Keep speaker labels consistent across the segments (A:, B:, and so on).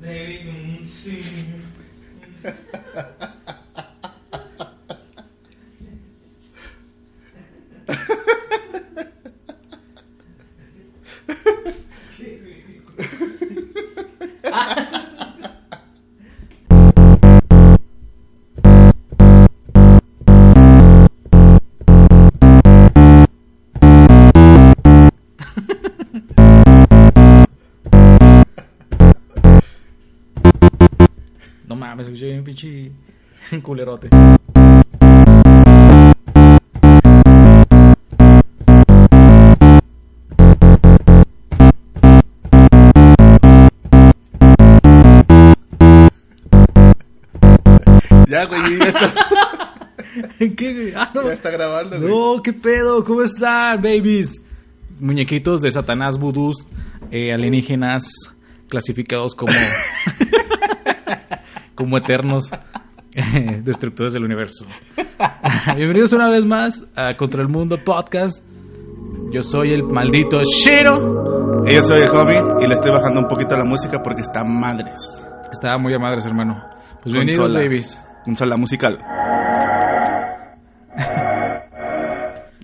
A: Baby, don't sing.
B: No mames, escuché bien pinche culerote.
C: Ya, güey, ya está,
B: ¿Qué, güey? Ah, no.
C: ya está grabando, güey.
B: No, qué pedo, ¿cómo están, babies? Muñequitos de Satanás, vudús, eh, alienígenas, clasificados como, como eternos eh, destructores del universo. Bienvenidos una vez más a Contra el Mundo Podcast. Yo soy el maldito Shiro.
C: Yo soy el hobby y le estoy bajando un poquito la música porque está madres.
B: Estaba muy a madres, hermano. Pues bienvenidos,
C: Consola.
B: babies.
C: Un sala musical.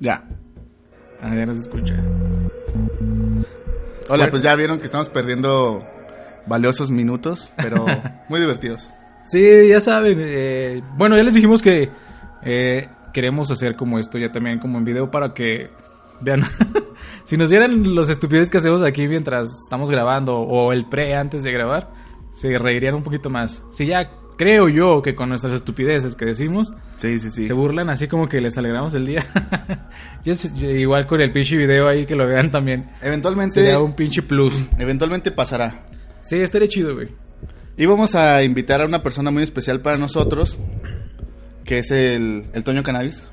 C: Ya.
B: Ah, ya nos escucha.
C: Hola,
B: Bueno.
C: pues ya vieron que estamos perdiendo valiosos minutos, pero muy divertidos.
B: Sí, ya saben. eh, bueno, ya les dijimos que eh, queremos hacer como esto ya también como en video para que vean. si nos vieran los estupideces que hacemos aquí mientras estamos grabando o el pre antes de grabar, se reirían un poquito más. Si ya creo yo que con nuestras estupideces que decimos
C: Sí, sí, sí.
B: se burlan así como que les alegramos el día. yo, s- yo igual con el pinche video ahí que lo vean también.
C: Eventualmente,
B: Sería un pinche plus.
C: eventualmente pasará.
B: Sí, estaría chido, güey.
C: Íbamos a invitar a una persona muy especial para nosotros, que es el, el Toño Cannabis.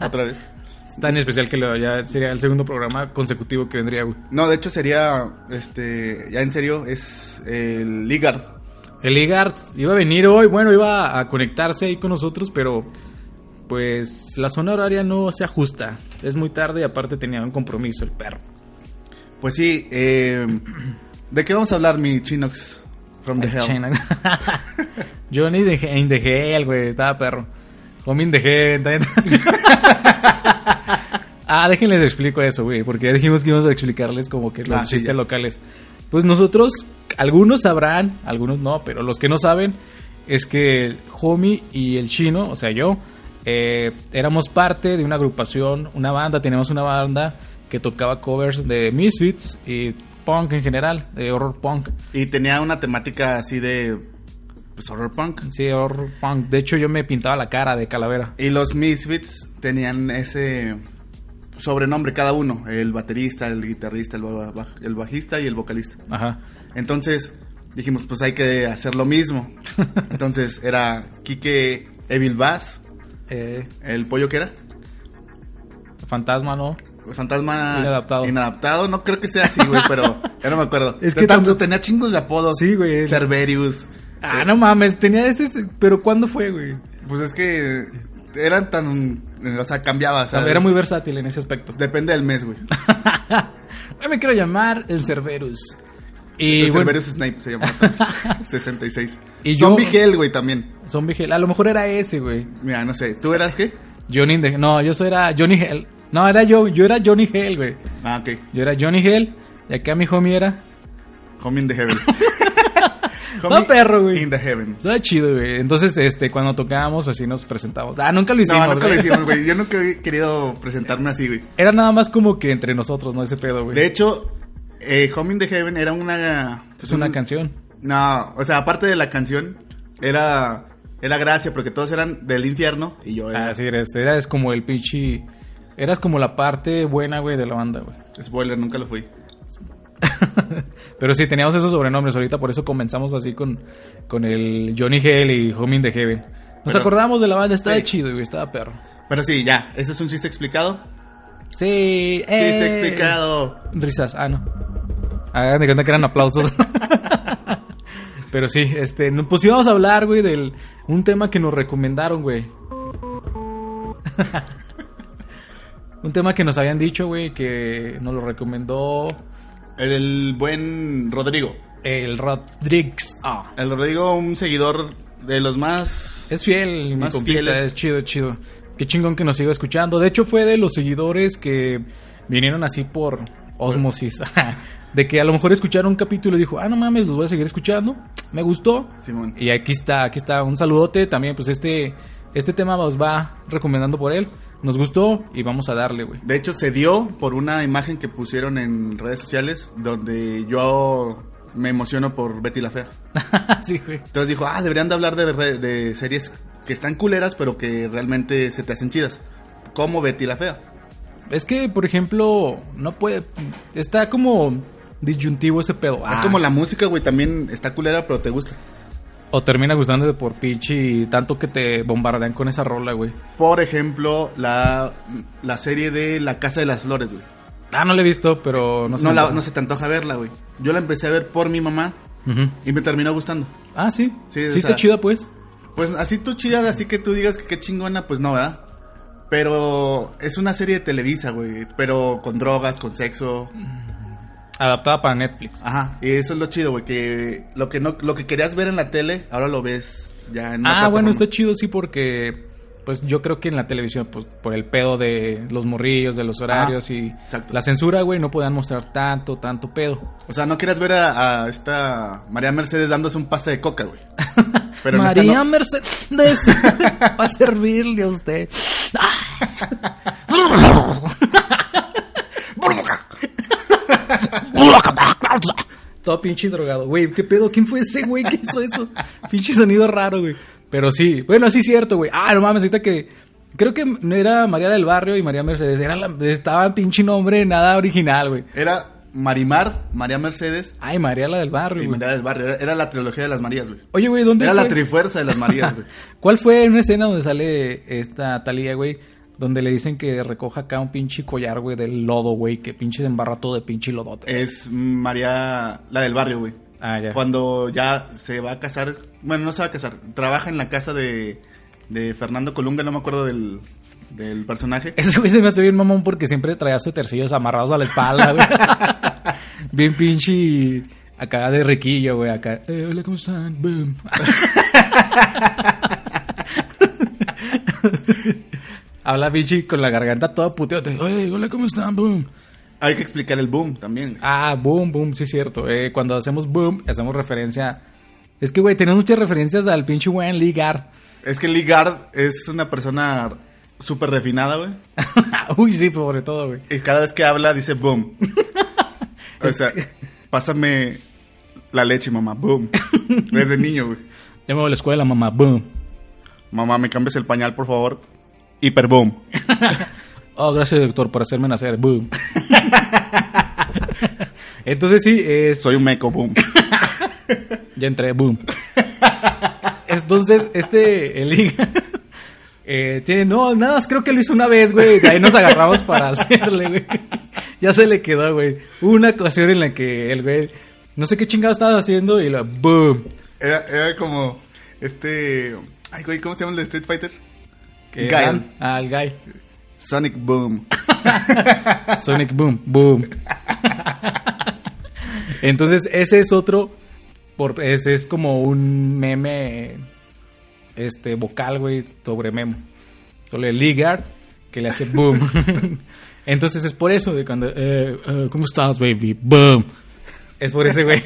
C: Otra vez.
B: Es tan especial que lo, ya sería el segundo programa consecutivo que vendría, güey.
C: No, de hecho sería, este, ya en serio, es el Ligard.
B: El Igard iba a venir hoy, bueno, iba a conectarse ahí con nosotros, pero pues la zona horaria no se ajusta. Es muy tarde y aparte tenía un compromiso el perro.
C: Pues sí, eh, ¿de qué vamos a hablar, mi Chinox from the
B: Ay,
C: Hell?
B: chena. Johnny de en the Hell, güey, estaba perro. Homie in the Hell, también. ah, déjenles explico eso, güey, porque ya dijimos que íbamos a explicarles como que los
C: Ah, sí,
B: chistes
C: ya.
B: locales. Pues nosotros, algunos sabrán, algunos no, pero los que no saben es que el Homie y el Chino, o sea, yo, eh, éramos parte de una agrupación, una banda, teníamos una banda que tocaba covers de Misfits y punk en general, de horror punk.
C: Y tenía una temática así de pues, horror punk.
B: Sí, horror punk. De hecho, yo me pintaba la cara de calavera.
C: Y los Misfits tenían ese sobrenombre cada uno, el baterista, el guitarrista, el, ba- baj- el bajista y el vocalista.
B: Ajá.
C: Entonces dijimos, pues hay que hacer lo mismo. Entonces era Quique Evil Bass,
B: Eh,
C: el pollo que era,
B: fantasma, ¿no?
C: el fantasma
B: Inadaptado.
C: inadaptado. no creo que sea así, güey, pero ya no me acuerdo.
B: Es
C: Es
B: que
C: que tanto
B: tampoco-
C: tenía chingos de apodos.
B: Sí, güey.
C: Cerberus.
B: Ah, no mames, tenía ese... Pero ¿cuándo fue, güey?
C: Pues es que eran tan, o sea, cambiaba, o
B: O sea,
C: sea,
B: era muy versátil en ese aspecto.
C: depende del mes, güey.
B: Hoy me quiero llamar el Cerberus. Y
C: el
B: bueno,
C: Cerberus Snape se llama. 66.
B: Y yo-
C: Zombie Hell, güey, también.
B: Zombie Hell. A lo mejor era ese, güey.
C: Mira, no sé. ¿Tú eras qué?
B: Johnny... de- No, yo soy- era Johnny Hell. No, era yo. Yo era Johnny Hell, güey.
C: Ah, ok.
B: Yo era Johnny Hell. Y acá mi homie era...
C: Homie in the Heaven.
B: No, perro, güey.
C: In the Heaven.
B: Estaba chido, güey. Entonces, este, cuando tocábamos, así nos presentamos. Ah, nunca lo hicimos,
C: no, nunca lo
B: güey.
C: hicimos, güey. Yo nunca he querido presentarme así, güey.
B: Era nada más como que entre nosotros, ¿no? Ese pedo, güey.
C: De hecho, eh, Home in the Heaven era una...
B: Es una
C: un-
B: canción.
C: No, o sea, aparte de la canción, era... Era gracia porque todos eran del infierno y yo era...
B: Así Ah, eres. Eras como el pinche. Eras como la parte buena, güey, de la banda, güey.
C: Spoiler, nunca lo fui.
B: Pero sí, teníamos esos sobrenombres ahorita, por eso comenzamos así con, con el Johnny Hell y Homing de Heaven. Nos
C: Pero-
B: acordamos de la banda, estaba
C: Sí.
B: chido, güey, estaba perro.
C: Pero sí, ya. Ese es un chiste explicado.
B: Sí, eh.
C: Chiste explicado.
B: Risas, ah, no. Hagan de cuenta que eran aplausos. Pero sí, este, no- pues íbamos a hablar, güey, del un tema que nos recomendaron, güey. un tema que nos habían dicho, güey, que nos lo recomendó
C: El buen Rodrigo.
B: El Rodriguez. Ah.
C: El Rodrigo, un seguidor de los más.
B: Es fiel,
C: Más
B: mi compita,
C: fieles.
B: es chido, chido. Qué chingón que nos siga escuchando. De hecho, fue de los seguidores que vinieron así por osmosis. de que a lo mejor escucharon un capítulo y dijo, ah, no mames, los voy a seguir escuchando. Me gustó.
C: Simón.
B: Y aquí está, aquí está. Un saludote también, pues este, este tema os va recomendando por él. Nos gustó y vamos a darle, güey.
C: De hecho, se dio por una imagen que pusieron en redes sociales donde yo me emociono por Betty la Fea.
B: sí, güey.
C: Entonces dijo, ah, deberían de hablar de, re- de series que están culeras, pero que realmente se te hacen chidas. Como Betty la Fea.
B: Es que, por ejemplo, no puede. Está como disyuntivo ese pedo.
C: Es
B: Ah.
C: como la música, güey, también está culera, pero te gusta.
B: O termina gustándote por pichi y tanto que te bombardean con esa rola, güey.
C: Por ejemplo, la, la serie de La Casa de las Flores, güey.
B: Ah, no la he visto, pero no
C: No,
B: sé.
C: la- no se te antoja verla, güey. Yo la empecé a ver por mi mamá
B: Ujú.
C: y me terminó gustando.
B: Ah, sí.
C: Sí,
B: Sí,
C: o
B: está
C: sea-
B: chida, pues.
C: Pues así tú chida, así que tú digas que qué chingona, pues no, ¿verdad? Pero es una serie de Televisa, güey. Pero con drogas, con sexo.
B: Adaptada para Netflix.
C: Ajá. Y eso es lo chido, güey. Que lo que no, lo que querías ver en la tele, ahora lo ves ya en una
B: ah, bueno, está
C: plataforma.
B: chido, sí, porque. Pues yo creo que en la televisión, pues por el pedo de los morrillos, de los horarios y
C: exacto.
B: la censura, güey, no podían mostrar tanto, tanto pedo.
C: O sea, no querías ver a, a esta María Mercedes dándose un pase de coca, güey. Pero en esta
B: María
C: no.
B: Mercedes va a servirle a usted. Todo pinche drogado, güey. ¿Qué pedo? ¿Quién fue ese güey que hizo eso? Pinche sonido raro, güey. Pero sí, bueno, sí es cierto, güey. Ah, no mames, ahorita que. Creo que era María del Barrio y María Mercedes. Era la, estaba pinche nombre, nada original, güey.
C: Era Marimar, María Mercedes
B: Ay, María la del
C: y
B: Barrio, güey.
C: María del Barrio. Era, era la trilogía de las Marías, güey.
B: Oye, güey, ¿dónde
C: Era la
B: fue?
C: trifuerza de las Marías, güey.
B: ¿Cuál fue una escena donde sale esta Talía, güey? Donde le dicen que recoja acá un pinche collar, güey, del lodo, güey, que pinche se embarra todo de pinche lodote.
C: Es María, la del barrio, güey.
B: ah, ya.
C: Cuando ya se va a casar, bueno, no se va a casar, trabaja en la casa de, de Fernando Colunga, no me acuerdo del, del personaje.
B: Ese güey se me hace bien mamón porque siempre traía sus tercillos amarrados a la espalda, güey. bien pinche acá de riquillo, güey, acá. Eh, hola, ¿cómo están? Boom. Habla pinche con la garganta toda puteada. Oye, Eh, hola, ¿cómo están? Boom.
C: Hay que explicar el boom también.
B: Ah, boom, boom, sí es cierto. Eh, cuando hacemos boom, hacemos referencia. Es que, güey, tenemos muchas referencias al pinche Wayne Ligar.
C: Es que Ligard es una persona súper refinada, güey.
B: Uy, sí, sobre todo, güey.
C: Y cada vez que habla dice boom. O sea, pásame la leche, mamá, boom. Desde niño, güey.
B: Ya me voy a la escuela, mamá, boom.
C: Mamá, me cambias el pañal, por favor. Hiper boom.
B: Oh, gracias, doctor, por hacerme nacer, boom. Entonces, sí, es.
C: Soy un meco, boom.
B: Ya entré, boom. Entonces, este, el Ligar. eh, tiene, no, nada más creo que lo hizo una vez, güey. De ahí nos agarramos para hacerle, güey. Ya se le quedó, güey. Hubo Una ocasión en la que el güey, no sé qué chingado estaba haciendo y lo, boom.
C: Era, era como este. Ay, güey, ¿cómo se llama el de Street Fighter?
B: Que
C: Gael.
B: eran- Ah, el Guy.
C: Sonic Boom.
B: Sonic Boom, boom. Entonces, ese es otro. Por, ese es como un meme. Este vocal, güey, sobre Memo. Sobre Ligard, que le hace boom. Entonces es por eso, de cuando. eh, eh, ¿Cómo estás, baby? Boom. Es por ese, güey.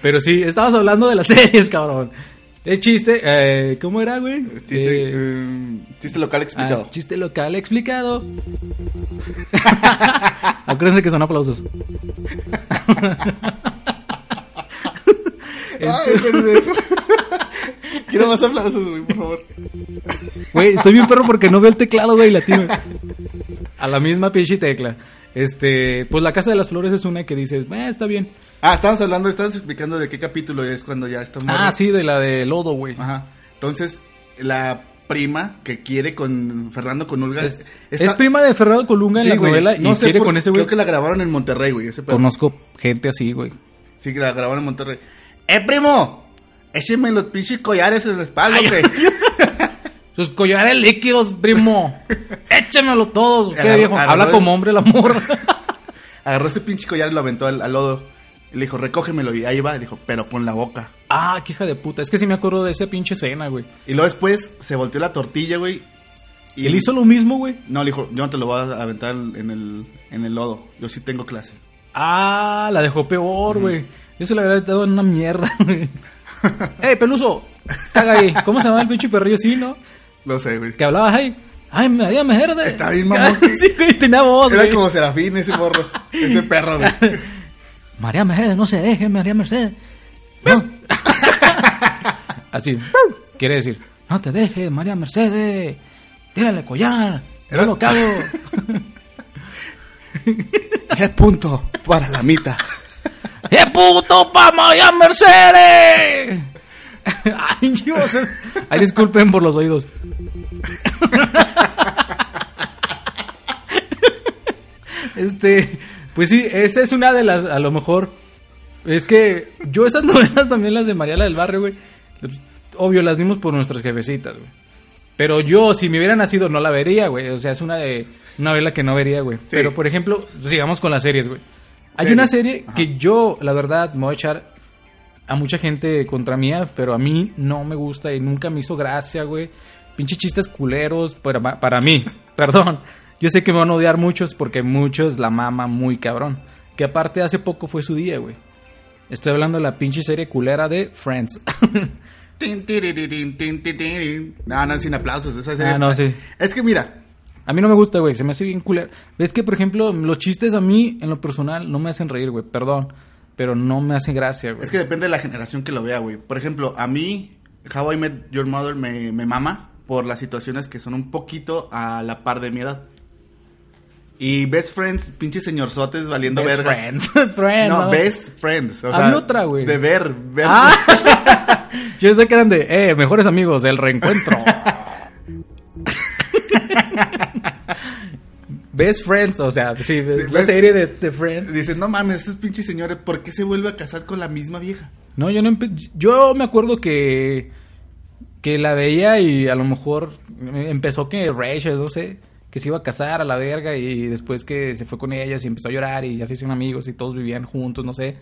B: Pero sí, estabas hablando de las series, cabrón. Es chiste. eh, ¿Cómo era, güey?
C: Chiste,
B: Eh,
C: em, chiste local
B: Ah,
C: explicado.
B: chiste local explicado. Acuérdense que son aplausos. Este,
C: Ay, pendejo. Quiero más aplausos, güey, por favor.
B: Güey, estoy bien perro porque no veo el teclado, güey, latino. A la misma pinche tecla. Este, pues la Casa de las Flores es una que dices, eh, está bien.
C: Ah, estábamos hablando, estábamos explicando de qué capítulo es cuando ya está muerto.
B: Ah, sí, de la de Lodo, güey.
C: Ajá. Entonces, la prima que quiere con Fernando Conulga.
B: Es,
C: está-
B: es prima de Ferrado Colunga en
C: Sí,
B: la
C: güey.
B: novela y
C: No sé
B: quiere
C: por-
B: con ese güey.
C: Creo que la grabaron en Monterrey, güey. Ese pedo.
B: Conozco gente así, güey.
C: Sí, que la grabaron en Monterrey. ¡Eh, primo! Écheme los pinches collares en la espalda, güey.
B: Sus collares líquidos, primo. Échamelo todos. ¿Qué
C: Agarró-
B: viejo?
C: agarró
B: Habla
C: el-
B: como hombre la morra.
C: este Agarró ese pinche collar y lo aventó al, al lodo. Le dijo, recógemelo. Y ahí va. Dijo, pero con la boca.
B: Ah, qué hija de puta. Es que sí me acuerdo de esa pinche escena, güey.
C: Y luego después se volteó la tortilla, güey.
B: Y él hizo lo mismo, güey.
C: No, le dijo, yo no te lo voy a aventar en el, en el lodo. Yo sí tengo clase.
B: Ah, la dejó peor, güey. Eso le habría dado en una mierda, güey. ¡Ey, Peluso! Caga ahí. ¿Cómo se llama el pinche perrillo? Sí, ¿no?
C: No sé, güey.
B: Que hablabas ahí. ¡Ay, me haría mejor de...
C: Está bien, mamón.
B: sí, güey, tenía voz,
C: Era
B: güey.
C: como Serafín ese morro. ese perro, güey.
B: María Mercedes, no se deje, María Mercedes. No. Así. Quiere decir, no te dejes, María Mercedes. Tírale el collar. Yo
C: Era-
B: lo cago.
C: Es punto para la mitad.
B: ¡Qué puto pa' María Mercedes! Ay, Dios. es- Ay, disculpen por los oídos. Este, pues sí, esa es una de las, a lo mejor. Es que yo esas novelas también las de Mariala del Barrio, güey. Obvio, las vimos por nuestras jefecitas, güey. Pero yo, si me hubiera nacido, no la vería, güey. O sea, es una de una novela que no vería, güey. Pero, por ejemplo, sigamos con las series, güey. Hay
C: Series.
B: una serie
C: Ajá.
B: que yo, la verdad, me voy a echar a mucha gente contra mía, pero a mí no me gusta y nunca me hizo gracia, güey. Pinche chistes culeros para, ma- para mí, perdón. Yo sé que me van a odiar muchos porque muchos la mama muy cabrón. Que aparte hace poco fue su día, güey. Estoy hablando de la pinche serie culera de Friends.
C: Tin, tiririn, tin, tin, tirin. No, no, sin aplausos. Esa serie-
B: ah, no, sí.
C: Es que mira,
B: A mí no me gusta, güey. Se me hace bien culero. Ves que, por ejemplo, los chistes a mí, en lo personal, no me hacen reír, güey. Perdón. Pero no me hace gracia, güey.
C: es que depende de la generación que lo vea, güey. Por ejemplo, a mí, How I Met Your Mother me, me mama por las situaciones que son un poquito a la par de mi edad. Y Best Friends, pinches señorzotes valiendo
B: Best
C: verga.
B: Friends. Friends.
C: No, Best Friends. O sea,
B: Había otra, güey.
C: De ver, ver.
B: Ah. Yo pensé que eran de, eh, mejores amigos, el reencuentro. Best Friends, o sea, sí,
C: Sí,
B: la
C: best-
B: serie de, de Friends.
C: Dicen, no mames, esos pinches señores, ¿por qué se vuelve a casar con la misma vieja?
B: No, yo no empe- yo me acuerdo que que la veía y a lo mejor eh, empezó que Rachel, no sé, que se iba a casar a la verga y después que se fue con ellas y empezó a llorar y ya se hicieron amigos y todos vivían juntos, no sé.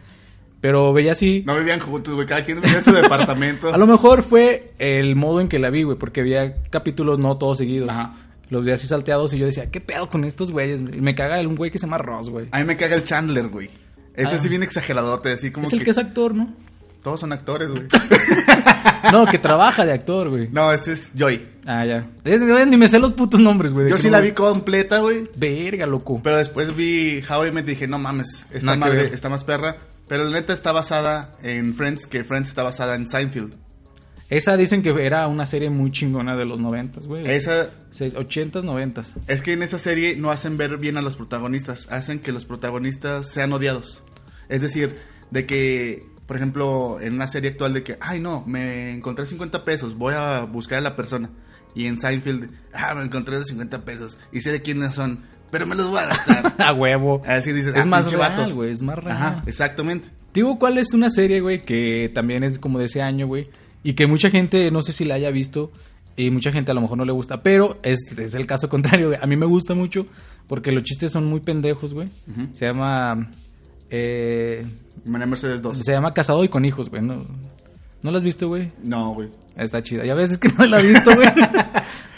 B: Pero veía así.
C: No vivían juntos, güey. Cada quien vivía en su departamento.
B: A lo mejor fue el modo en que la vi, güey, porque había capítulos no todos seguidos.
C: Ajá.
B: Los veía así salteados y yo decía, ¿qué pedo con estos güeyes? Y me caga el- un güey que se llama Ross, güey.
C: A mí me caga el Chandler, güey. Ese
B: Ah.
C: sí bien exageradote, así como
B: Es el que...
C: que
B: es actor, ¿no?
C: todos son actores, güey.
B: No, que trabaja de actor, güey.
C: No, ese es Joy.
B: Ah, ya. Eh, eh, Ni me sé los putos nombres, güey. de
C: Yo
B: que
C: sí
B: no-
C: la vi completa, güey.
B: Verga, loco.
C: Pero después vi How I Met y dije, no mames,
B: Nada
C: está,
B: que
C: madre,
B: ver.
C: está más perra. Pero la neta está basada en Friends, que Friends está basada en Seinfeld.
B: Esa dicen que era una serie muy chingona de los noventas, güey.
C: Esa,
B: Se- Ochentas, noventas.
C: es que en esa serie no hacen ver bien a los protagonistas, hacen que los protagonistas sean odiados. Es decir, de que, por ejemplo, en una serie actual de que, ay no, me encontré 50 pesos, voy a buscar a la persona. Y en Seinfeld, ah, me encontré los 50 pesos y sé de quiénes son, pero me los voy a gastar.
B: A huevo.
C: Así dices,
B: Es
C: "Ah,
B: más
C: pinche
B: real,
C: vato".
B: güey. Es más real.
C: Ajá, exactamente.
B: Te Digo, ¿cuál es una serie, güey? Que también es como de ese año, güey. Y que mucha gente, no sé si la haya visto. Y mucha gente a lo mejor no le gusta. Pero es, es el caso contrario, güey. A mí me gusta mucho. Porque los chistes son muy pendejos, güey.
C: Ujú.
B: Se llama. eh,
C: María Mercedes 2.
B: se llama Casado y con hijos, güey. ¿No, ¿No la has visto, güey?
C: No, güey.
B: Está chida. Ya ves, es que no la he visto, güey.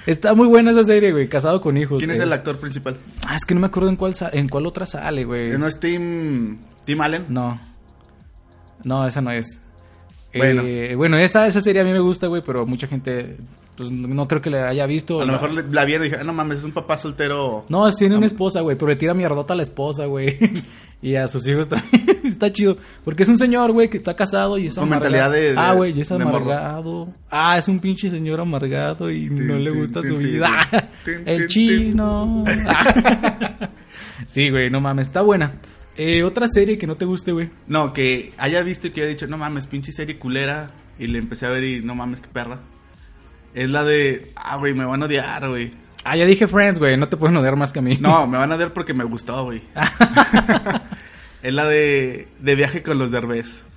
B: Está muy buena esa serie, güey. Casado con hijos.
C: ¿Quién es
B: güey.
C: el actor principal?
B: Ah, es que no me acuerdo en cuál, sa- en cuál otra sale, güey.
C: ¿No es Tim, Tim Allen?
B: No. No, esa no es. Bueno,
C: Bueno.
B: bueno esa, esa serie a mí me gusta, güey, pero mucha gente pues, no creo que la haya visto.
C: A
B: No.
C: lo mejor le- la vieron y dijeron, "Ah, no mames, es un papá soltero.
B: No, tiene una esposa, güey, pero le tira mierdota a la esposa, güey. y a sus hijos también. está chido. Porque es un señor, güey, que está casado y es
C: Con
B: amargado.
C: mentalidad de- de-
B: ah, güey, y es
C: de morro.
B: amargado. Ah, es un pinche señor amargado y
C: Tin,
B: no le
C: tin,
B: gusta
C: tin,
B: su
C: tin,
B: vida.
C: tin, tin,
B: El
C: tin.
B: chino. sí, güey, no mames, está buena. Eh, otra serie que no te guste, güey.
C: No, que haya visto y que haya dicho, no mames, pinche serie culera. Y le empecé a ver y no mames, qué perra. Es la de, ah, güey, me van a odiar, güey.
B: Ah, ya dije Friends, güey. No te pueden odiar más que a mí.
C: No, me van a odiar porque me gustó, güey. es la de, de viaje con los derbés.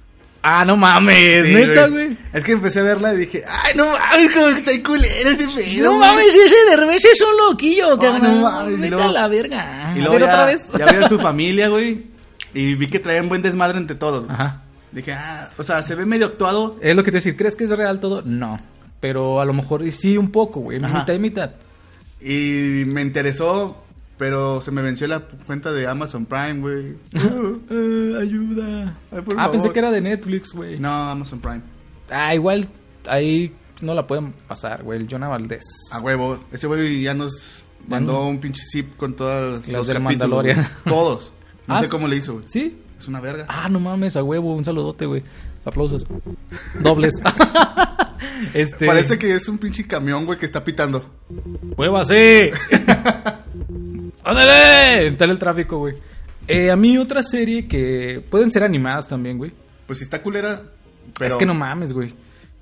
B: Ah, no mames. Neta, güey.
C: Es que empecé a verla y dije, ay, no mames, como que está culero ese pedo.
B: No
C: güey".
B: mames, ese Derbez es un loquillo,
C: Ah,
B: carnal.
C: no mames, y
B: Vete
C: luego-
B: a la verga.
C: Y luego
B: Pero
C: ya,
B: otra vez.
C: ya vi a su familia, güey. Y vi que traían buen desmadre entre todos. güey.
B: Ajá.
C: Dije, ah, o sea, se ve medio actuado.
B: Es lo que te decir, ¿crees que es real todo? No. Pero a lo mejor y sí un poco, güey.
C: Ajá.
B: Mitad y mitad.
C: Y me interesó, pero se me venció la cuenta de Amazon Prime, güey.
B: ayuda.
C: Ay, Ah, por
B: ah,
C: favor.
B: pensé que era de Netflix, güey.
C: No, Amazon Prime.
B: Ah, igual ahí no la pueden pasar, güey. El Jonah Valdés.
C: A huevo. Ese güey ya nos mandó un pinche zip con todos los,
B: Los del
C: capítulos.
B: Mandalorian.
C: güey. Todos. No
B: Ah,
C: sé
B: sí.
C: cómo le hizo, güey.
B: ¿Sí?
C: Es una verga.
B: Ah, no mames, a huevo. Un saludote, güey. Aplausos. Dobles. este.
C: Parece que es un pinche camión, güey, que está pitando.
B: ¡Mueva así! ¡Ándale! En Tal el tráfico, güey. Eh, a mí otra serie que pueden ser animadas también, güey.
C: Pues si está culera, pero...
B: Es que no mames, güey.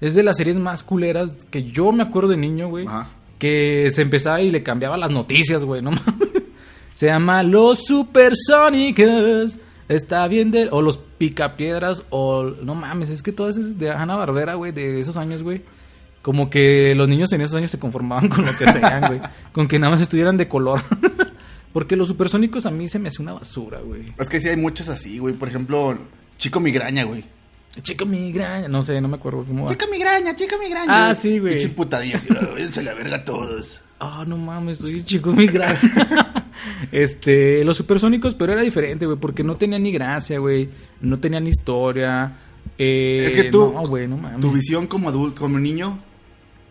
B: Es de las series más culeras que yo me acuerdo de niño, güey.
C: Ajá.
B: Que se empezaba y le cambiaba las noticias, güey, no mames. Se llama Los Supersónicos. Está bien de... O Los Picapiedras o... No mames, es que todas esas de Hanna Barbera, güey, de esos años, güey. Como que los niños en esos años se conformaban con lo que sean, güey. Con que nada más estuvieran de color. Porque los supersónicos a mí se me hace una basura, güey.
C: Es que sí hay muchas así, güey. Por ejemplo, Chico Migraña, güey.
B: Chica migraña. No sé, no me acuerdo cómo va.
C: Chica Migraña, Chica Migraña.
B: Ah, sí, güey.
C: Pinche putadilla. así, "Ah, Váyanse a la verga a todos.
B: Ah, no mames, soy el chico mi gran. este, los supersónicos, pero era diferente, güey, porque no tenía ni gracia, güey. No tenía ni historia. Eh,
C: Es que tú-
B: No, güey, no mames.
C: Tu visión como adulto, como niño,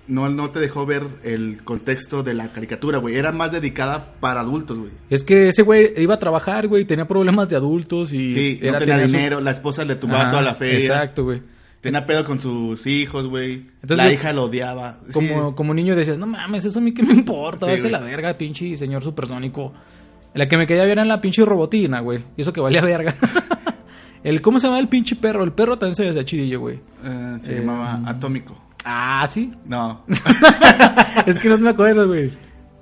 C: no, no te dejó ver el contexto de la caricatura, güey. Era más dedicada para adultos, güey.
B: Es que ese güey iba a trabajar, güey, tenía problemas de adultos y.
C: Sí, no tenía
B: sus-
C: dinero, la esposa le tumbaba
B: Ajá,
C: toda la feria.
B: Exacto, güey.
C: Tenía pedo con sus hijos, güey.
B: Entonces,
C: la
B: güey,
C: hija lo odiaba. Sí.
B: Como, como niño decías, no mames, eso a mí que me importa,
C: Sí,
B: váyase
C: güey.
B: la verga, pinche señor supersónico. La que me caía bien era la pinche robotina, güey. Y eso que valía verga. el, ¿Cómo se llama el pinche perro? El perro también se decía chidillo, güey.
C: Eh, se
B: Eh,
C: llamaba Atómico.
B: Ah, sí.
C: No.
B: es que no me acuerdo, güey.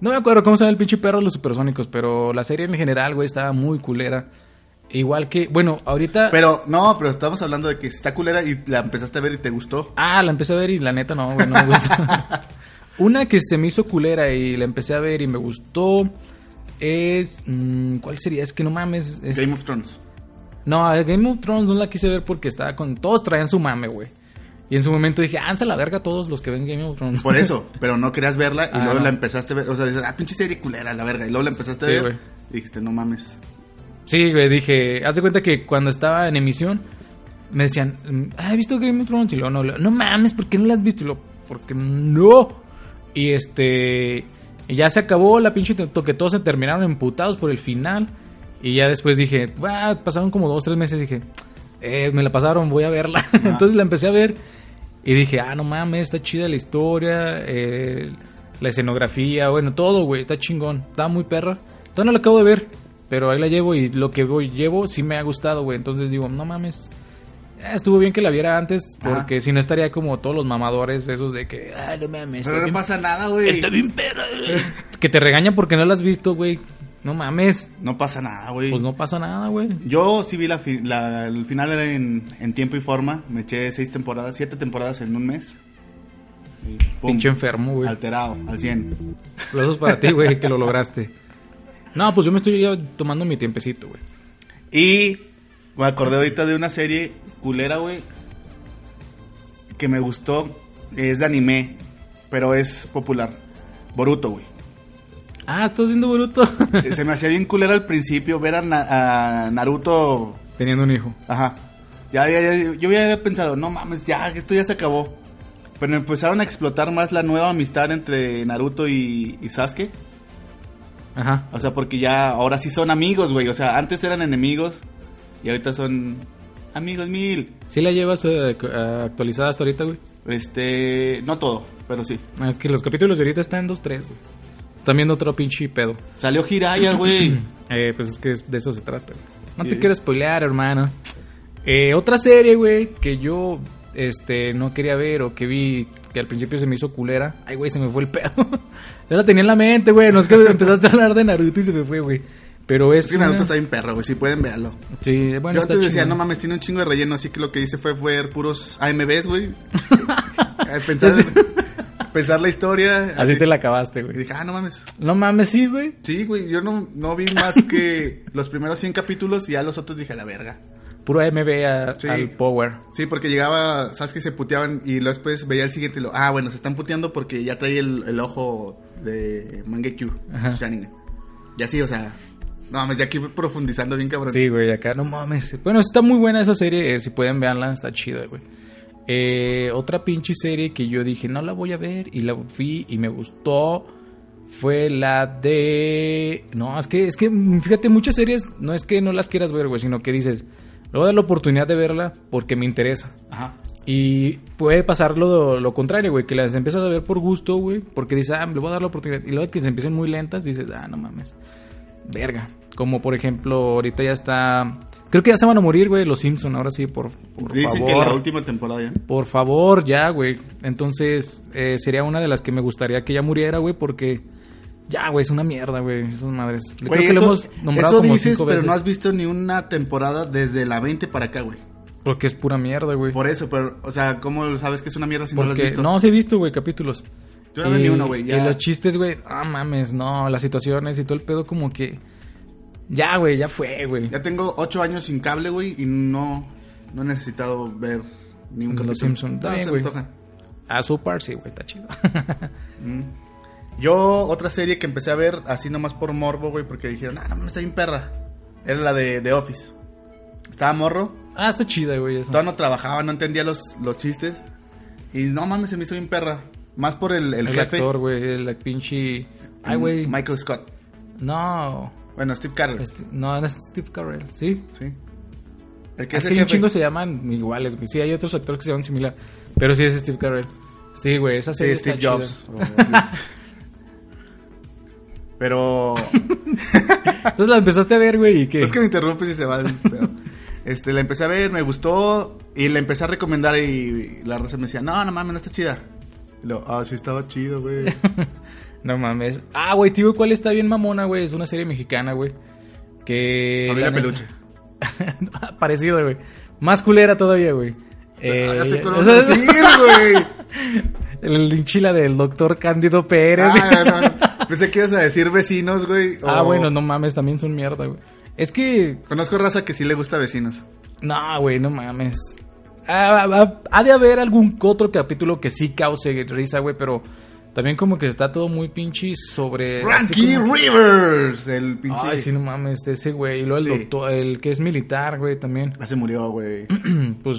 B: No me acuerdo cómo se llama el pinche perro de los supersónicos, pero la serie en general, güey, estaba muy culera. Igual que, bueno, ahorita.
C: Pero, no, pero estamos hablando de que está culera y la empezaste a ver y te gustó.
B: Ah, la empecé a ver y la neta no, güey, no me gustó. Una que se me hizo culera y la empecé a ver y me gustó es. mm, ¿Cuál sería? Es que no mames. es-
C: Game of Thrones.
B: No, a Game of Thrones no la quise ver porque estaba con. Todos traían su mame, güey. Y en su momento dije, ¡Ansa la verga a todos los que ven Game of Thrones!
C: Por e- eso, pero no querías verla y
B: Ah,
C: luego
B: no.
C: la empezaste a ver. O sea, dices, ah, pinche serie culera, la verga. Y luego la empezaste
B: Sí,
C: a ver.
B: güey.
C: Y dijiste, no mames.
B: Sí, güey, dije, haz de cuenta que cuando estaba en emisión, me decían, mm, ah, ¿has visto Game of Thrones? Y luego no, y luego, no mames, ¿por qué no la has visto? Y luego, porque no. Y este, y ya se acabó la pinche, to- que todos se terminaron emputados por el final. Y ya después dije, "Ah", pasaron como dos, tres meses, dije, eh, me la pasaron, voy a verla. Entonces la empecé a ver y dije, ah, no mames, está chida la historia, eh, la escenografía, bueno, todo, güey, está chingón, está muy perra. Todavía no la acabo de ver, pero ahí la llevo y lo que voy, llevo sí me ha gustado, güey. Entonces digo, no mames, eh, estuvo bien que la viera antes,
C: Ajá.
B: porque si no estaría como todos los mamadores esos de que, ah, no mames, está
C: Pero no
B: bien-
C: pasa nada, güey.
B: está bien perra. güey". que te regaña porque no la has visto, güey. No mames,
C: No pasa nada, güey.
B: pues no pasa nada, güey.
C: Yo sí vi la, fi- la- el final era en, en tiempo y forma. Me eché seis temporadas, siete temporadas en un mes. Y pum,
B: Pinche enfermo, güey.
C: Alterado, al 100.
B: Aplausos para ti, güey, que lo lograste. No, pues yo me estoy ya tomando mi tiempecito, güey.
C: Y me acordé ahorita de una serie culera, güey. Que me gustó. Es de anime, pero es popular. Boruto, güey.
B: Ah, estás viendo Boruto.
C: Se me hacía bien culera al principio ver a, Na- a Naruto.
B: Teniendo un hijo.
C: Ajá. Ya, ya, ya, yo ya había pensado, no mames, ya, esto ya se acabó. Pero empezaron a explotar más la nueva amistad entre Naruto y, y Sasuke.
B: Ajá.
C: O sea, porque ya ahora sí son amigos, güey. O sea, antes eran enemigos y ahorita son amigos mil.
B: ¿Sí la llevas eh, ac- eh, actualizada hasta ahorita, güey?
C: Este, no todo, pero sí.
B: Ah, Es que los capítulos de ahorita están en 2-3, güey. Están viendo otro pinche pedo.
C: Salió Jiraya, güey.
B: Eh, pues es que es- de eso se trata. güey. No te
C: Sí.
B: quiero spoilear, hermano. Eh, otra serie, güey, que yo este, no quería ver o que vi que al principio se me hizo culera. Ay, güey, se me fue el pedo. ya la tenía en la mente, güey. No es que empezaste a hablar de Naruto y se me fue, güey. Pero es.
C: Es que
B: una-
C: Naruto está bien perro, güey. Si pueden verlo.
B: Sí, bueno,
C: Yo
B: está
C: antes decía,
B: chingón.
C: no mames, tiene un chingo de relleno, así que lo que hice fue ver puros AMBs, güey. Eh,
B: Ya
C: Pensar,
B: sé.
C: Pensar la historia.
B: Así te la acabaste,
C: Y
B: güey.
C: dije, ah, no mames.
B: No mames, sí, güey.
C: Sí, güey, yo no, no vi más que los primeros 100 capítulos y ya los otros dije, a la verga.
B: Puro MB a-
C: Sí.
B: al Power.
C: Sí, porque llegaba, sabes que se puteaban y luego después veía el siguiente y lo, ah, bueno, se están puteando porque ya trae el, el ojo de Mangekyu,
B: Ajá.
C: su anime. Y así, o sea, no mames, ya aquí profundizando bien cabrón.
B: Sí, güey, acá no mames. Bueno, está muy buena esa serie. eh, si pueden verla, está chida, güey. Eh, otra pinche serie que yo dije, no la voy a ver. Y la vi y me gustó. Fue la de. No, es que, es que, mm, fíjate, muchas series no es que no las quieras ver, güey, sino que dices, le voy a dar la oportunidad de verla porque me interesa.
C: Ajá.
B: Y puede pasar lo, lo contrario, güey, que las empiezas a ver por gusto, güey, porque dices, ah, le voy a dar la oportunidad. Y luego que se empiecen muy lentas, dices, ah, no mames, verga. Como por ejemplo, ahorita ya está. Creo que ya se van a morir, güey, los Simpson, ahora sí, por, por
C: Dicen
B: favor.
C: que la última temporada ya.
B: Por favor, ya, güey. Entonces, eh, sería una de las que me gustaría que ya muriera, güey, porque. Ya, güey, es una mierda, güey, esas madres. Creo
C: Güey,
B: que lo
C: eso-
B: hemos nombrado
C: eso
B: como
C: dices,
B: cinco
C: pero
B: veces.
C: no has visto ni una temporada desde la 20 para acá, güey.
B: Porque es pura mierda, güey.
C: Por eso, pero, o sea, ¿cómo sabes que es una mierda si no la has
B: Porque
C: visto?
B: no, sí he visto, güey, capítulos.
C: Yo no vi
B: Y-
C: ni uno, güey, ya.
B: Y Eh, los chistes, güey, ah, mames, no, las situaciones y todo el pedo como que... Ya, güey, ya fue, güey.
C: Ya tengo 8 años sin cable, güey, y no, no he necesitado ver ni un
B: Los
C: capítulo.
B: Simpson, está
C: No,
B: bien,
C: se
B: güey.
C: antojan.
B: A su par, sí, güey, está chido.
C: Mm. Yo, otra serie que empecé a ver así nomás por morbo, güey, porque dijeron, ah, no, está bien perra. Era la de, de Office. Estaba morro,
B: ah, está chida, güey, eso.
C: todavía no trabajaba, no entendía los, los chistes. Y no mames, se me hizo bien perra. Más por el, el
B: El,
C: jefe,
B: actor, güey, el pinche... Ay,
C: mm,
B: güey.
C: Michael Scott.
B: No.
C: Bueno, Steve Carell.
B: Este- no, no es Steve Carell, ¿sí?
C: Sí.
B: Es que
C: El es el
B: hay Ah, un
C: jefe.
B: chingo se llaman iguales, güey. Sí, hay otros actores que se llaman similar. Pero sí es Steve Carell. Sí, güey, esa
C: Sí,
B: serie está
C: Steve
B: chida.
C: Jobs. O- Pero
B: Entonces la empezaste a ver, güey, y que...
C: Es que me interrumpes y se va. pero, este, la empecé a ver, me gustó y la empecé a recomendar y la raza me decía, no, no mames, no está chida. Y luego, ah, sí estaba chido, güey.
B: No mames. Ah, güey, tío, ¿cuál está bien mamona, güey? Es una serie mexicana, güey. Que.
C: Familia
B: la neta-
C: Peluche.
B: Parecido, güey. Más culera todavía, güey. Eh,
C: Ah, ya sé cuál vas
B: esa
C: a
B: es-
C: decir, güey.
B: el hinchila del doctor Cándido Pérez.
C: Ah, no, no. Pensé que ibas a decir vecinos, güey.
B: Ah,
C: o-
B: bueno, no mames, también son mierda, güey. Es que.
C: Conozco raza que sí le gusta vecinos.
B: No, güey, no mames. Ah, ah, ah, ha de haber algún otro capítulo que sí cause risa, güey, pero también como que está todo muy pinche sobre.
C: Frankie
B: Eh, así como-
C: Rivers, el pinche.
B: Ay, sí, no mames, ese güey. Y luego el
C: Sí.
B: doctor, el que es militar, güey, también.
C: Ya se murió, güey.
B: pues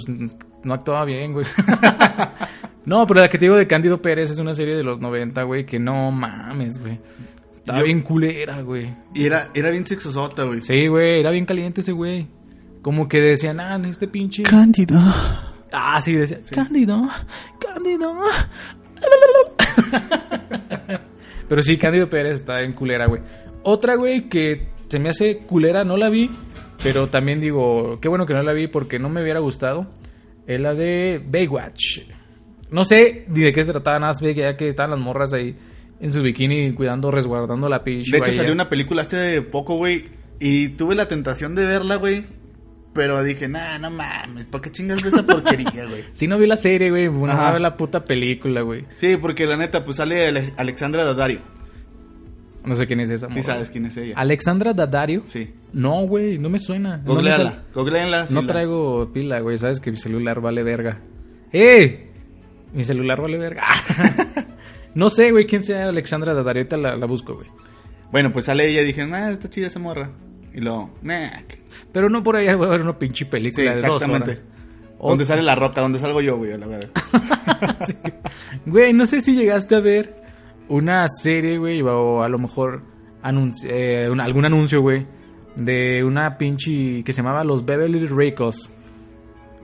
B: no actuaba bien, güey. no, pero la que te digo de Cándido Pérez es una serie de los 90, güey, que no mames, güey. Estaba
C: Yo-
B: bien culera, güey.
C: Y era, era bien sexosota, güey.
B: Sí, güey, era bien caliente ese güey. Como que decían, ah, en este pinche.
D: Cándido,
B: Ah, sí, decía.
D: Cándido, Cándido.
B: Pero sí, Cándido Pérez está bien culera, güey. Otra, güey, que se me hace culera, no la vi, pero también digo, qué bueno que no la vi porque no me hubiera gustado. Es la de Baywatch. No sé ni de qué se trataba, nada más vi que ya que estaban las morras ahí en su bikini cuidando, resguardando la pinche.
C: De hecho,
B: bahía.
C: salió una película hace poco, güey. Y tuve la tentación de verla, güey. Pero dije, nah, no mames, ¿para qué chingas ves esa porquería, güey?
B: Sí, no vi la serie, güey. Bueno,
C: Ajá.
B: no vi la puta película, güey.
C: Sí, porque la neta, pues sale Ale- Alexandra Daddario.
B: No sé quién es esa.
C: Sí
B: morra.
C: sabes quién es ella.
B: ¿Alexandra Daddario?
C: Sí.
B: No, güey, no me suena. ¿En dónde sale?
C: Googleala. Googleala. sí,
B: No
C: la-
B: traigo pila, güey. Sabes que mi celular vale verga. ¡Eh! Mi celular vale verga. no sé, güey, quién sea Alexandra Daddario. Ahorita la, la busco, güey.
C: Bueno, pues sale ella y dije, nah, está chida esa morra. Y luego, nah. que-
B: Pero no por allá, güey. Era una pinche
C: Sí,
B: película de dos
C: exactamente.
B: horas.
C: ¿Dónde
B: O-
C: sale la roca? ¿Dónde salgo yo, güey? A la verdad.
B: Sí. Güey, no sé si llegaste a ver una serie, güey, o a lo mejor anunci- eh, un- algún anuncio, güey, de una pinche que se llamaba Los Beverly Ricos.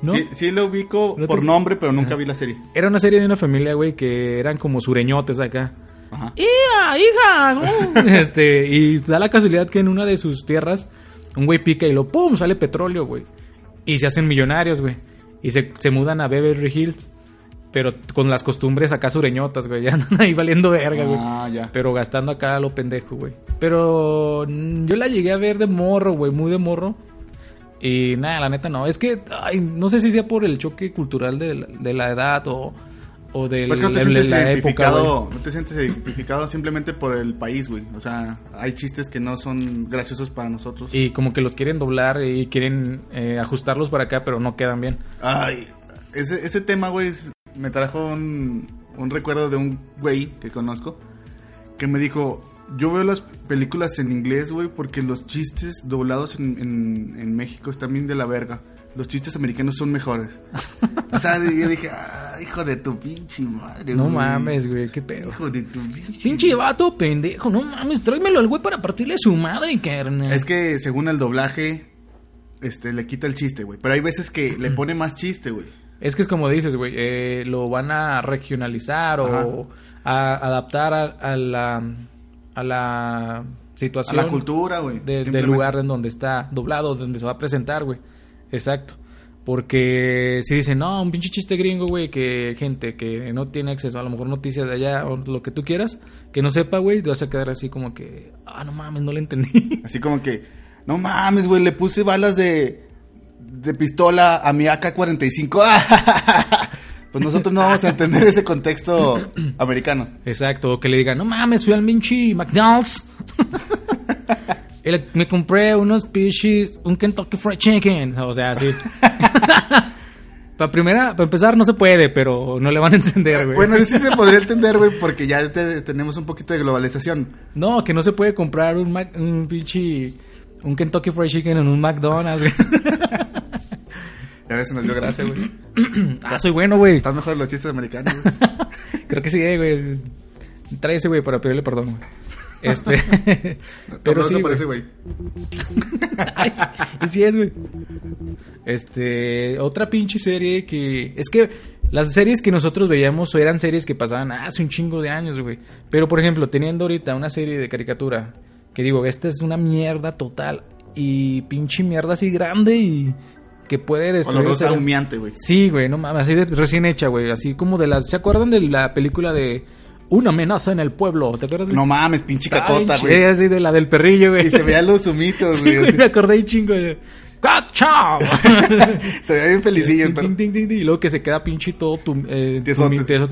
B: ¿No?
C: Sí, sí lo ubico
B: ¿No te-
C: por nombre, pero nunca vi la serie.
B: Era una serie de una familia, güey, que eran como sureñotes acá.
C: Ajá.
B: ¡Hija! ¡Hija! no". este, y da la casualidad que en una de sus tierras, un güey pica y lo ¡pum! sale petróleo, güey. Y se hacen millonarios, güey. Y se, se mudan a Beverly Hills. Pero con las costumbres acá sureñotas, güey. Ya andan ahí valiendo verga, güey.
C: Ah, ya.
B: Pero gastando acá a lo pendejo, güey. Pero mm, yo la llegué a ver de morro, güey, muy de morro. Y nada, la neta no. Es que, ay, no sé si sea por el choque cultural de la, de la edad o O del,
C: Pues que no te
B: de
C: sientes
B: la época, güey.
C: identificado, no te sientes identificado simplemente por el país, güey. O sea, hay chistes que no son graciosos para nosotros.
B: Y como que los quieren doblar y quieren eh, ajustarlos para acá, pero no quedan bien.
C: Ay, ese, ese tema, güey, es- me trajo un, un recuerdo de un güey que conozco que me dijo, yo veo las películas en inglés, güey, porque los chistes doblados en, en- en México están bien de la verga. Los chistes americanos son mejores. o sea, y yo dije, "Ah, hijo de tu pinche madre,
B: No
C: güey.
B: mames, güey, qué pedo.
C: Hijo de tu pinche
D: Pinche vato pendejo, no mames, tráemelo al güey para partirle su madre, carnal.
C: Es que según el doblaje, este, le quita el chiste, güey. Pero hay veces que le pone más chiste, güey.
B: Es que es como dices, güey, eh, lo van a regionalizar o a adaptar a, a la, a la
C: A
B: situación.
C: la cultura, güey.
B: de- del
C: Simplemente.
B: lugar en donde está doblado, donde se va a presentar, güey. Exacto. Porque si dicen, no, un pinche chiste gringo, güey, que gente que no tiene acceso, a lo mejor noticias de allá o lo que tú quieras, que no sepa, güey, te vas a quedar así como que, ah, no mames, no le entendí.
C: Así como que, no mames, güey, le puse balas de, de pistola a mi AK-45. pues nosotros no vamos a entender ese contexto americano.
B: Exacto, o que le digan, no mames, fui al pinche McDonald's. Y le- me compré unos pinches, un Kentucky Fried Chicken. O sea, así. para primera, para empezar, no se puede, pero no le van a entender, güey.
C: Bueno, sí se podría entender, güey, porque ya te- tenemos un poquito de globalización.
B: No, que no se puede comprar un, Mac- un pinche. Un Kentucky Fried Chicken en un McDonald's, güey.
C: A veces nos dio gracia, güey.
B: ah, soy bueno, güey.
C: Están mejor los chistes americanos, güey.
B: Creo que sí, eh, güey. Trae ese, güey, para pedirle perdón, güey. Este. pero
C: Aplauso
B: sí.
C: para
B: güey.
C: ese güey.
B: Ay, sí, y sí es, güey. Este. Otra pinche serie que. Es que las series que nosotros veíamos eran series que pasaban hace un chingo de años, güey. Pero, por ejemplo, teniendo ahorita una serie de caricatura. Que digo, esta es una mierda total. Y pinche mierda así grande y. Que puede destruir. el
C: Olorosa
B: cerebro.
C: humeante, güey.
B: Sí, güey, no mames, así de recién hecha, güey. Así como de las. ¿Se acuerdan de la película de Una amenaza en el pueblo? ¿Te acuerdas? güey?
C: No mames, pinche
B: Está bien
C: cacota,
B: chida,
C: güey.
B: así de la del perrillo, güey.
C: Y se veían los humitos,
B: Sí,
C: güey.
B: güey,
C: así.
B: me acordé y chingo. güey. ¡Cacha!
C: Se veía bien felicillo
B: Tin,
C: el perro.
B: tin, tin, tin, tin, Y luego que se queda pinche todo tu, eh,
C: Tiesote.
B: tumi- tieso-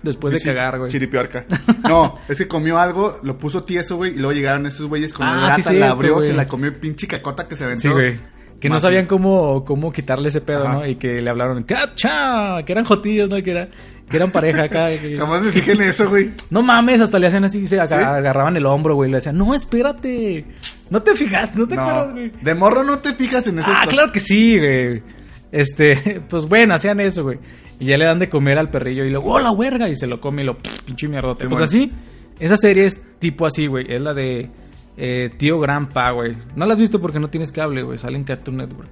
B: después de
C: Pinche
B: cagar, güey.
C: Chiripiorca. No, es que comió algo, lo puso tieso, güey, y luego llegaron esos güeyes con
B: Ah,
C: la lata,
B: sí,
C: la
B: cierto,
C: abrió,
B: güey.
C: se la comió pinche cacota que se aventó.
B: Sí, güey. Que no
C: Más-
B: sabían cómo, cómo quitarle ese pedo,
C: Ajá.
B: ¿no? Y que le hablaron, ¡Cacha! Que eran jotillos, ¿no? Que, era, que eran pareja acá. que-
C: Jamás me fijé en eso, güey.
B: No mames, hasta le hacían así, se aga-
C: ¿Sí?
B: agarraban el hombro, güey. Le decían, no, espérate. No te fijas, no te acuerdas,
C: No,
B: güey.
C: de morro no te fijas en esas
B: Ah,
C: cosas.
B: claro que sí, güey. Este, pues bueno, hacían eso, güey. Y ya le dan de comer al perrillo y luego, ¡oh, la huerga! Y se lo come y lo pff, pinche mierdote.
C: Sí,
B: pues
C: bueno.
B: así, esa serie es tipo así, güey. Es la de eh, Tío Grampa, güey. No la has visto porque no tienes cable, güey. Sale en Cartoon Network.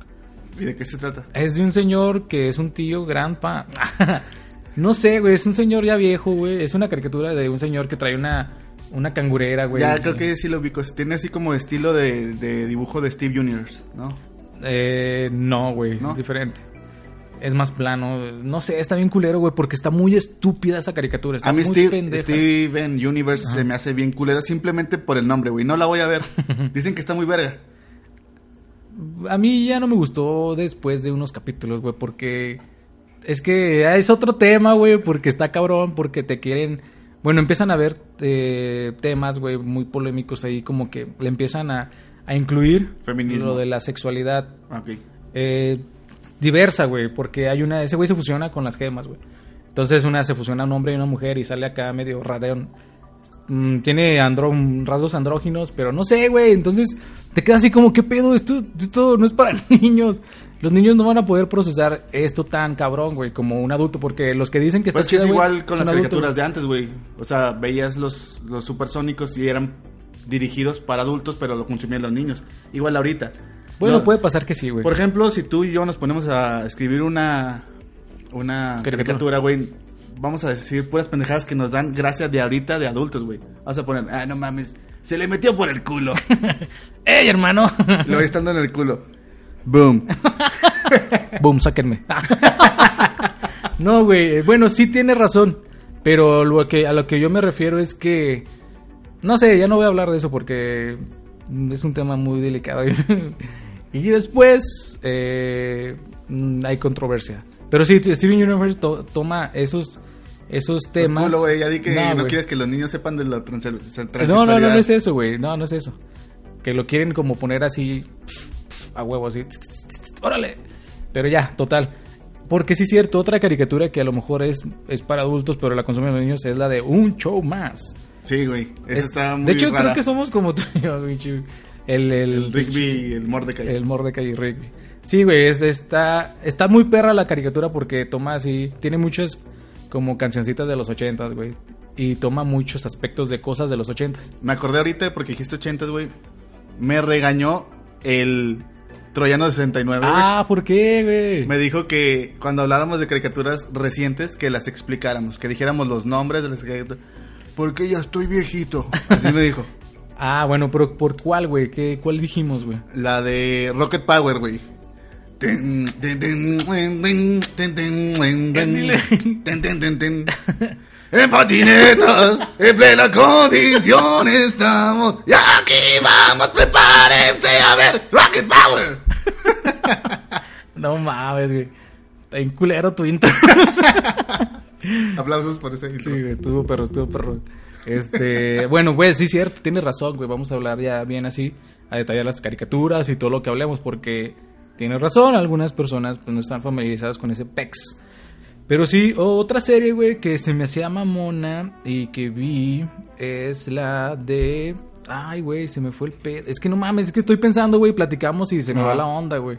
C: ¿Y de qué se trata?
B: Es de un señor que es un tío Grampa. no sé, güey. Es un señor ya viejo, güey. Es una caricatura de un señor que trae una, una cangurera, güey.
C: ya creo que sí lo ubico. Tiene así como estilo de, de dibujo de Steve Juniors, ¿no?
B: Eh, no, güey,
C: ¿No?
B: es diferente. Es más plano. No sé, está bien culero, güey, porque está muy estúpida esa caricatura. Está
C: A mí
B: muy
C: Steve,
B: pendeja.
C: Steven Universe se me hace bien culero simplemente por el nombre, güey. No la voy a ver. Dicen que está muy verga.
B: A mí ya no me gustó después de unos capítulos, güey, porque es que ya es otro tema, güey, porque está cabrón, porque te quieren... Bueno, empiezan a ver eh, temas, güey, muy polémicos ahí, como que le empiezan a, a incluir
C: Feminismo.
B: lo de la sexualidad
C: Ok.
B: eh, diversa, güey, porque hay una, ese güey se fusiona con las gemas, güey. Entonces una se fusiona un hombre y una mujer y sale acá medio radeón. Mm, tiene andro, rasgos andróginos, pero no sé, güey. Entonces te quedas así como, ¿qué pedo? Esto, esto no es para niños. Los niños no van a poder procesar esto tan cabrón, güey, como un adulto, porque los que dicen que está
C: Pues que es
B: chida, güey,
C: igual con
B: son adultos.
C: las caricaturas de antes, güey. O sea, veías los, los supersónicos y eran dirigidos para adultos, pero lo consumían los niños. Igual ahorita.
B: Bueno,
C: No,
B: puede pasar que sí, güey.
C: Por ejemplo, si tú y yo nos ponemos a escribir una, una
B: Caricatura.
C: caricatura, güey, vamos a decir puras pendejadas que nos dan gracias de ahorita de adultos, güey. Vas a poner, ah, no mames, se le metió por el culo.
B: ¡Ey, hermano!
C: lo voy estando en el culo. Boom.
B: Boom, sáquenme. no, güey. eh, Bueno, sí tiene razón. Pero lo que, a lo que yo me refiero es que. No sé, ya no voy a hablar de eso porque es un tema muy delicado. y después eh, mm, hay controversia. Pero sí, Steven Universe to- toma esos esos
C: Pues,
B: temas.
C: culo, güey, ya di que no,
B: güey.
C: quieres que los niños sepan de la transe- transe-
B: No, no, no,
C: transexualidad.
B: no es eso, güey. No, no es eso. Que lo quieren como poner así a huevo, así. Órale. Pero ya, total. Porque sí es cierto, otra caricatura que a lo mejor es, es para adultos, pero la consumen los niños, es la de Un Show Más.
C: Sí, güey. Eso
B: Es-
C: está muy
B: de hecho,
C: rara.
B: creo que somos como tú y yo, pinche- el, el,
C: El Rigby y el Mordecai.
B: El Mordecai y Rigby. Sí, güey, es- está, está muy perra la caricatura porque toma así, tiene muchas como cancioncitas de los ochentas, güey. Y toma muchos aspectos de cosas de los ochentas.
C: Me acordé ahorita porque dijiste 80, güey. Me regañó el Troyano de 69. güey.
B: Ah, ¿por qué, güey?
C: Me dijo que cuando habláramos de caricaturas recientes, que las explicáramos, que dijéramos los nombres de las caricaturas. Porque ya estoy viejito. Así me dijo.
B: Ah, bueno, pero ¿por cuál, güey? ¿Qué, ¿Cuál dijimos, güey?
C: La de Rocket Power, güey. Tin, tin, tin, tin, tin, tin, tin,
B: Ya
C: tin,
B: dile.
C: tin, tin, tin, tin. En patinetas, en plena condición estamos. Y aquí vamos, prepárense a ver Rocket Power.
B: No mames, güey. Está bien culero tu intro.
C: Aplausos por ese intro.
B: Sí, güey, estuvo perro, estuvo perro. Este, bueno, güey, sí, cierto, tienes razón, güey. Vamos a hablar ya bien así, a detallar las caricaturas y todo lo que hablemos, porque tienes razón, algunas personas pues, no están familiarizadas con ese pex. Pero sí, otra serie, güey, que se me hacía mamona y que vi es la de. Ay, güey, se me fue el pedo. Es que no mames, es que estoy pensando, güey, platicamos y se me
C: Ajá.
B: va la onda, güey.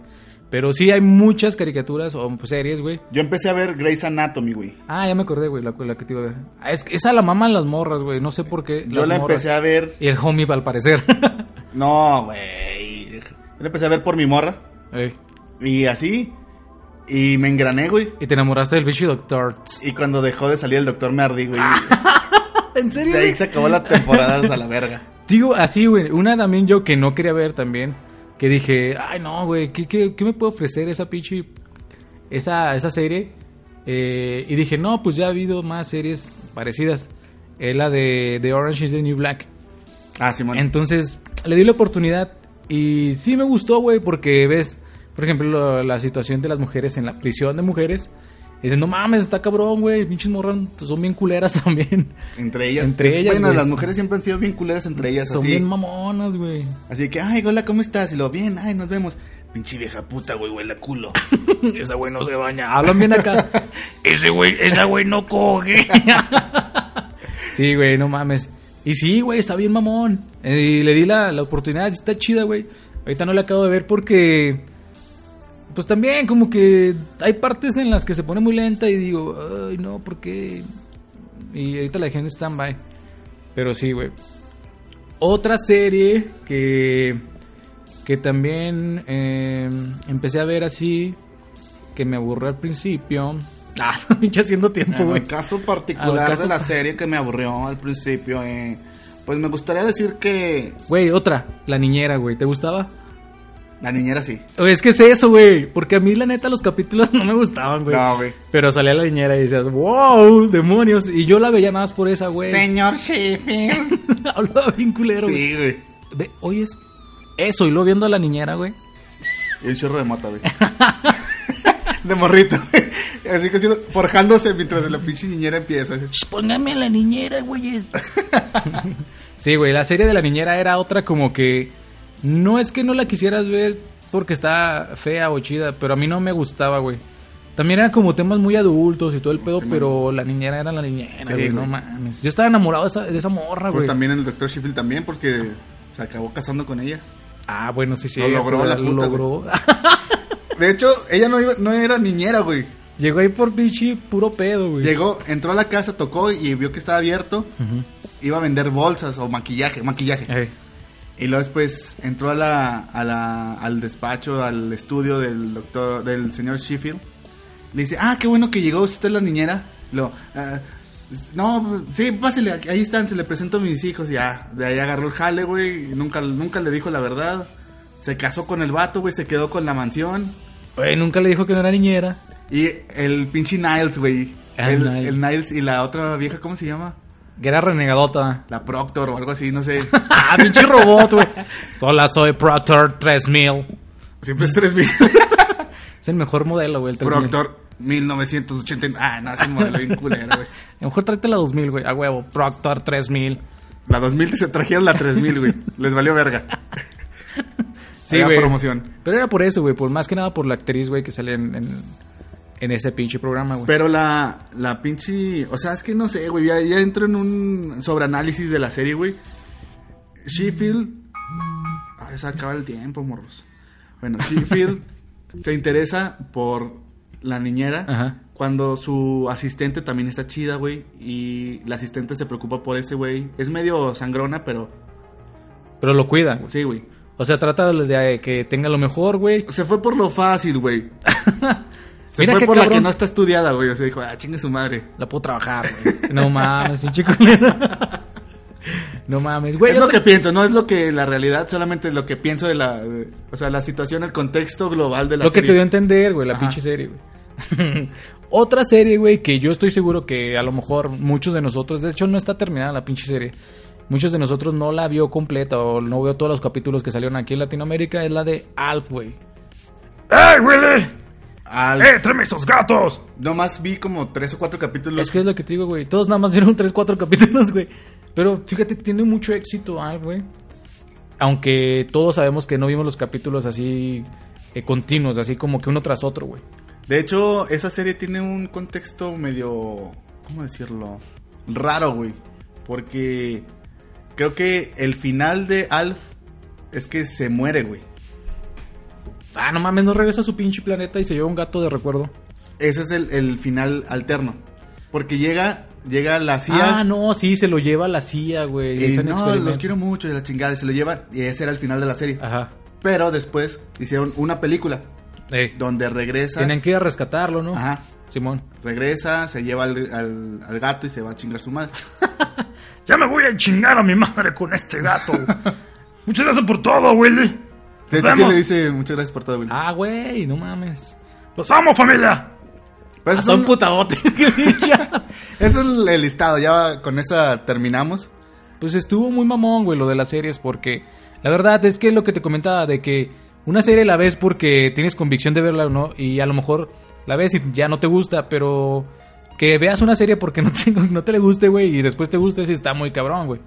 B: Pero sí, hay muchas caricaturas o pues, series, güey,
C: Yo empecé a ver Grey's Anatomy, güey.
B: Ah, ya me acordé, güey, la, la que te iba a ver. Ah, Es que esa la maman las morras, güey, no sé por qué.
C: Yo
B: las
C: la
B: morras.
C: empecé a ver.
B: Y el homie, al parecer.
C: No, güey. Yo la empecé a ver por mi morra.
B: Ey.
C: Y así. Y me engrané, güey.
B: Y te enamoraste del bicho doctor.
C: Y cuando dejó de salir el doctor me ardí, güey.
B: ¿En serio?
C: De ahí se acabó la temporada a la verga.
B: Digo, así, güey, una también yo que no quería ver también, que dije, ay, no, güey, ¿qué, qué, qué me puede ofrecer esa pinche, esa, esa serie? Eh, y dije, no, pues ya ha habido más series parecidas. Es la de, de Orange is the New Black.
C: Ah, Simón.
B: Entonces le di la oportunidad y sí me gustó, güey, porque ves, por ejemplo, lo- la situación de las mujeres en la prisión de mujeres. Y dicen, no mames, está cabrón, güey, pinches morras son bien culeras también.
C: entre ellas.
B: entre ellas,
C: Bueno,
B: güey.
C: las mujeres siempre han sido bien culeras entre ellas.
B: son
C: así.
B: bien mamonas, güey.
C: así que, ay, hola, ¿cómo estás? Y lo, bien, ay, nos vemos. Pinche vieja puta, güey, huele a culo.
B: Ah, Esa güey no se baña, hablan bien acá.
D: Ese güey, esa güey no coge.
B: Sí, güey, no mames. Y sí, güey, está bien mamón. Eh, Y le di la, la oportunidad, está chida, güey. Ahorita no la acabo de ver porque... Pues también como que hay partes en las que se pone muy lenta y digo, ay, no, ¿por qué? Y ahorita la dejé en stand-by. Pero sí, güey. Otra serie que, que también eh, empecé a ver así, que me aburrió al principio. Ah, pinche haciendo tiempo,
C: En
B: güey.
C: el caso
B: Al
C: particular
B: caso
C: de la
B: pa-
C: serie que me aburrió al principio, eh, pues me gustaría decir que
B: Güey, otra, la niñera, güey, ¿te gustaba?
C: la niñera sí.
B: Güey, es que es eso, güey, porque a mí la neta los capítulos no me gustaban, güey.
C: No, güey.
B: Pero salía la niñera y decías, wow, demonios, y yo la veía nada más por esa, güey.
C: Señor Sheffield.
B: Hablaba bien culero, Eh. güey.
C: sí, güey.
B: Ve, oye eso. Eso, y luego viendo a la niñera, güey.
C: Y un chorro de mota, güey. de morrito. güey. Así que siendo, forjándose mientras la pinche niñera empieza.
D: Sh, Pues Póngame a la niñera, güey.
B: Sí, güey, la serie de la niñera era otra como que... No es que no la quisieras ver porque está fea o chida, pero a mí no me gustaba, güey. También eran como temas muy adultos y todo el pedo,
C: Sí,
B: pero la niñera era la niñera,
C: Sí,
B: güey, no
C: güey.
B: mames. Yo estaba enamorado de esa, de esa morra, Ah,
C: Pues
B: güey.
C: también el doctor Sheffield también, porque se acabó casando con ella.
B: Ah, bueno, sí, sí.
C: Lo logró
B: güey,
C: la
B: lo
C: puta,
B: logró.
C: De hecho, ella no, iba- no era niñera, güey.
B: Llegó ahí por pinche puro pedo, güey.
C: Llegó, entró a la casa, tocó y vio que estaba abierto.
B: Ujú.
C: Iba a vender bolsas o maquillaje, maquillaje.
B: Ey.
C: Y luego después entró a la, a la- al despacho, al estudio del doctor, del señor Sheffield. Le dice, ah, qué bueno que llegó, usted es la niñera. Lo, "Ah, no, sí, pásele, aquí- ahí están, se le presento a mis hijos. Y ya, de ahí agarró el jale, güey, y nunca, nunca le dijo la verdad. Se casó con el vato, güey, se quedó con la mansión.
B: Güey, nunca le dijo que no era niñera.
C: Y el pinche Niles, güey.
B: Ah,
C: el,
B: Niles.
C: el Niles y la otra vieja, ¿cómo se llama?
B: Que era renegadota.
C: La Proctor o algo así, no sé.
B: Ah, pinche robot, güey. Hola, soy Proctor 3000.
C: Siempre es tres mil.
B: Es el mejor modelo, güey. el 3000.
C: Proctor 1980. Ah, no, es un modelo bien culero, güey.
B: A lo mejor tráete la 2000, güey. A huevo. Proctor 3000.
C: La 2000 se trajeron la 3000, güey. Les valió verga.
B: Sí,
C: Era
B: güey.
C: promoción.
B: Pero era por eso, güey. Por más que nada por la actriz, güey, que sale en, en, en ese pinche programa, güey.
C: Pero la, la pinche. O sea, es que no sé, güey. Ya, ya entro en un sobreanálisis de la serie, güey. Sheffield. Ah, se acaba el tiempo, morros. Bueno, Sheffield se interesa por la niñera.
B: Ajá.
C: Cuando su asistente también está chida, güey. Y la asistente se preocupa por ese, güey. Es medio sangrona, pero
B: Pero lo cuida. güey.
C: sí, güey.
B: O sea, trata de- de que tenga lo mejor, güey.
C: Se fue por lo fácil, güey. Se
B: Mira
C: fue
B: qué
C: por la que
B: cabrón.
C: no está estudiada, güey. O sea, dijo, ah, chingue su madre.
B: La puedo trabajar, güey. No mames, pinche culero. No mames, güey.
C: es
B: yo
C: lo que
B: te-
C: pienso, no es lo que la realidad, solamente es lo que pienso de la. de- o sea, la situación, el contexto global de la
B: lo que
C: serie.
B: te dio a entender, güey, la
C: Ajá.
B: pinche serie, güey. Otra serie, güey, que yo estoy seguro que a lo mejor muchos de nosotros, de hecho no está terminada la pinche serie. Muchos de nosotros no la vio completa o no vio todos los capítulos que salieron aquí en Latinoamérica, es la de Alf, güey.
D: ¡Ey, Willy!
C: Al-
D: ¡Eh, tráeme esos gatos!
C: Nomás vi como tres o cuatro capítulos.
B: Es que es lo que te digo, güey. Todos nada más vieron 3, 4 capítulos, güey. Pero fíjate, tiene mucho éxito Alf, güey. Aunque todos sabemos que no vimos los capítulos así eh, continuos, así como que uno tras otro, güey.
C: De hecho, esa serie tiene un contexto medio. ¿Cómo decirlo? Raro, güey. Porque creo que el final de Alf es que se muere, güey.
B: Ah, no mames, no regresa a su pinche planeta y se lleva un gato de recuerdo.
C: Ese es el, el final alterno. Porque llega, llega la CIA.
B: Ah, no, sí, se lo lleva la CIA, güey.
C: Y
B: Hacen
C: no,
B: experimentos.
C: los quiero mucho y la chingada. Y se lo llevan. Y ese era el final de la serie.
B: Ajá.
C: Pero después hicieron una película
B: Ey,
C: donde regresa.
B: Tenían que ir a rescatarlo, ¿no?
C: Ajá.
B: Simón.
C: Regresa, se lleva al, al- al gato y se va a chingar su madre.
D: Ya me voy a chingar a mi madre con este gato. Muchas gracias por todo, Willy.
C: De hecho, sí le dice muchas gracias por todo, Willy.
B: Ah, güey, no mames.
D: Los amo, familia.
C: Pero ese
B: Hasta un
C: es, un-
B: putadote. qué bicha.
C: ese es el, el listado. Ya con esta terminamos.
B: Pues estuvo muy mamón, güey, lo de las series, porque la verdad es que lo que te comentaba de que una serie la ves porque tienes convicción de verla o no, y a lo mejor la ves y ya no te gusta, pero que veas una serie porque no te, no te le guste, güey, y después te guste, sí está muy cabrón, güey.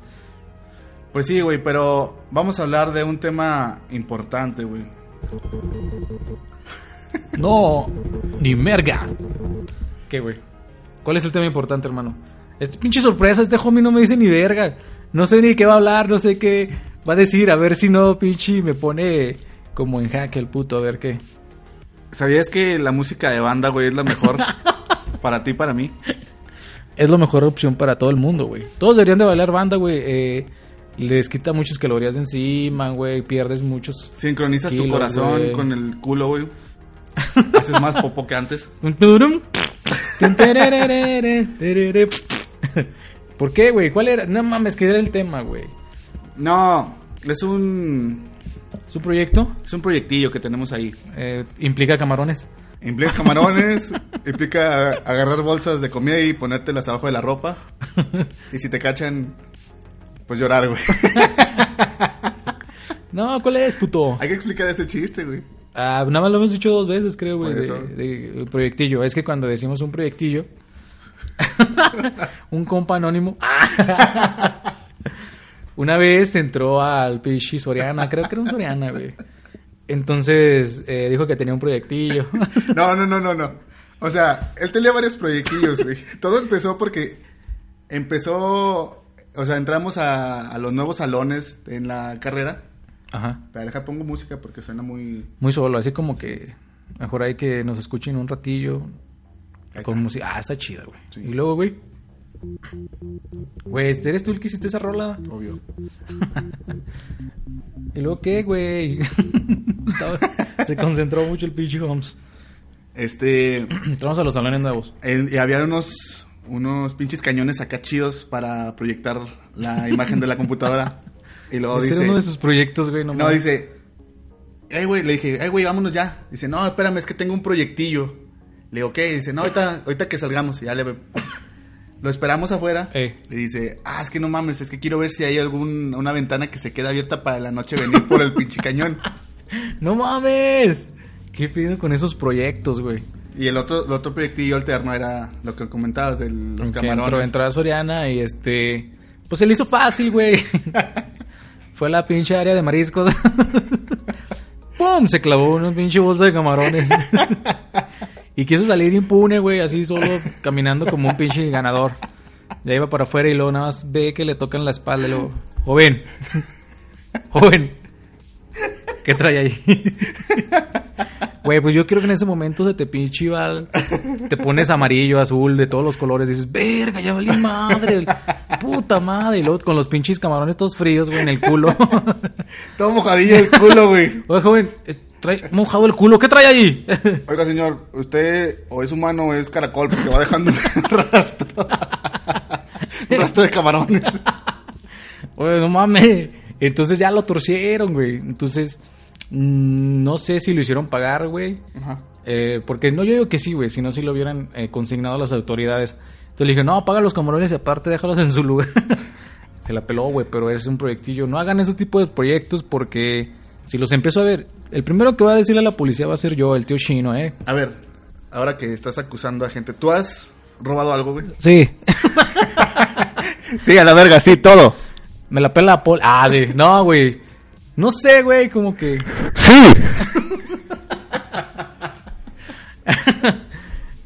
C: Pues sí, güey, pero vamos a hablar de un tema importante, güey.
B: No, ni merga. ¿Qué, güey? ¿Cuál es el tema importante, hermano? Este pinche sorpresa, este homie no me dice ni verga. No sé ni qué va a hablar, no sé qué va a decir. A ver si no, pinche, me pone como en jaque el puto, a ver qué.
C: ¿Sabías que la música de banda, güey, es la mejor para ti y para mí?
B: Es la mejor opción para todo el mundo, güey. Todos deberían de bailar banda, güey. Eh, les quita muchas calorías de encima, güey. Pierdes muchos.
C: Sincronizas tu
B: Kilos,
C: corazón
B: güey.
C: con el culo, güey. Haces más popo que antes.
B: Turum. Tun, tererere, terere. ¿Por qué, güey? ¿Cuál era? No mames, que era el tema, güey.
C: No, es un
B: Su proyecto
C: es un proyectillo que tenemos ahí.
B: eh, implica camarones.
C: Implica camarones, implica agarrar bolsas de comida y ponértelas abajo de la ropa. Y si te cachan, pues llorar, güey.
B: No, ¿cuál es, puto?
C: Hay que explicar ese chiste, güey.
B: Ah, nada más lo hemos dicho dos veces, creo, güey.
C: Por
B: De,
C: eso.
B: de- el proyectillo. Es que cuando decimos un proyectillo, un compa anónimo.
C: Ah.
B: una vez entró al pichi Soriana, creo que era un Soriana, güey. Entonces eh, dijo que tenía un proyectillo.
C: No, no, no, no, no. O sea, él tenía varios proyectillos, güey. Todo empezó porque empezó, o sea, entramos a, a los nuevos salones en la carrera.
B: Ajá.
C: Para dejar pongo música porque suena muy...
B: Muy solo, así como que mejor hay que nos escuchen un ratillo
C: Ahí
B: con
C: está.
B: música. Ah, está chida, güey.
C: Sí.
B: Y luego, güey. Güey, ¿eres tú el que hiciste esa rola?
C: Obvio.
B: ¿Y luego qué, güey? Estaba- Se concentró mucho el pinche Holmes.
C: Este...
B: Entramos a los salones nuevos.
C: en- y había unos, unos pinches cañones acá chidos para proyectar la imagen de la computadora. Y luego
B: Ese era
C: dice...
B: uno de sus proyectos, güey. No,
C: No,
B: mames.
C: dice... Ay, güey, le dije, ay, güey, vámonos ya. Dice, no, espérame, es que tengo un proyectillo. Le digo, ¿qué? Dice, no, ahorita, ahorita que salgamos. Y ya le... Lo esperamos afuera.
B: Eh.
C: Le dice, ah, es que no mames, es que quiero ver si hay algún, una ventana que se queda abierta para la noche venir por el pinche cañón.
B: ¡No mames! ¿Qué pido con esos proyectos, güey?
C: Y el otro, el otro proyectillo alterno era lo que comentabas de los
B: Que
C: camarones.
B: Entró, entró a Soriana y este. Pues se le hizo fácil, güey. Fue a la pinche área de mariscos. ¡Pum! Se clavó una pinche bolsa de camarones. y quiso salir impune, güey, así solo caminando como un pinche ganador. Ya iba para afuera y luego nada más ve que le tocan la espalda. Y luego, joven, joven, ¿qué trae ahí? Güey, pues yo creo que en ese momento de te pinche iba- te pones amarillo, azul, de todos los colores, dices, verga, ya valí madre, puta madre, y luego con los pinches camarones todos fríos, güey, en el culo.
C: Todo mojadillo el culo, güey.
B: Oye, joven, eh, trae mojado el culo, ¿qué trae ahí?
C: Oiga, señor, usted o es humano o es caracol porque va dejando un rastro. un rastro de camarones.
B: Oye, no mames. Entonces ya lo torcieron, güey. Entonces, mm, no sé si lo hicieron pagar, güey.
C: Ajá.
B: Eh, porque no, yo digo que sí, güey, si no, si lo hubieran eh, consignado a las autoridades. Entonces le dije, no, paga los camarones y aparte déjalos en su lugar. Se la peló, güey, pero es un proyectillo. No hagan esos tipos de proyectos porque si los empiezo a ver, el primero que va a decirle a la policía va a ser yo, el tío chino, ¿eh?
C: A ver, ahora que estás acusando a gente, ¿tú has robado algo, güey?
B: Sí,
C: Sí, a la verga, sí, todo.
B: me la pela la pol. Ah, sí, no, güey. No sé, güey, como que.
C: Sí.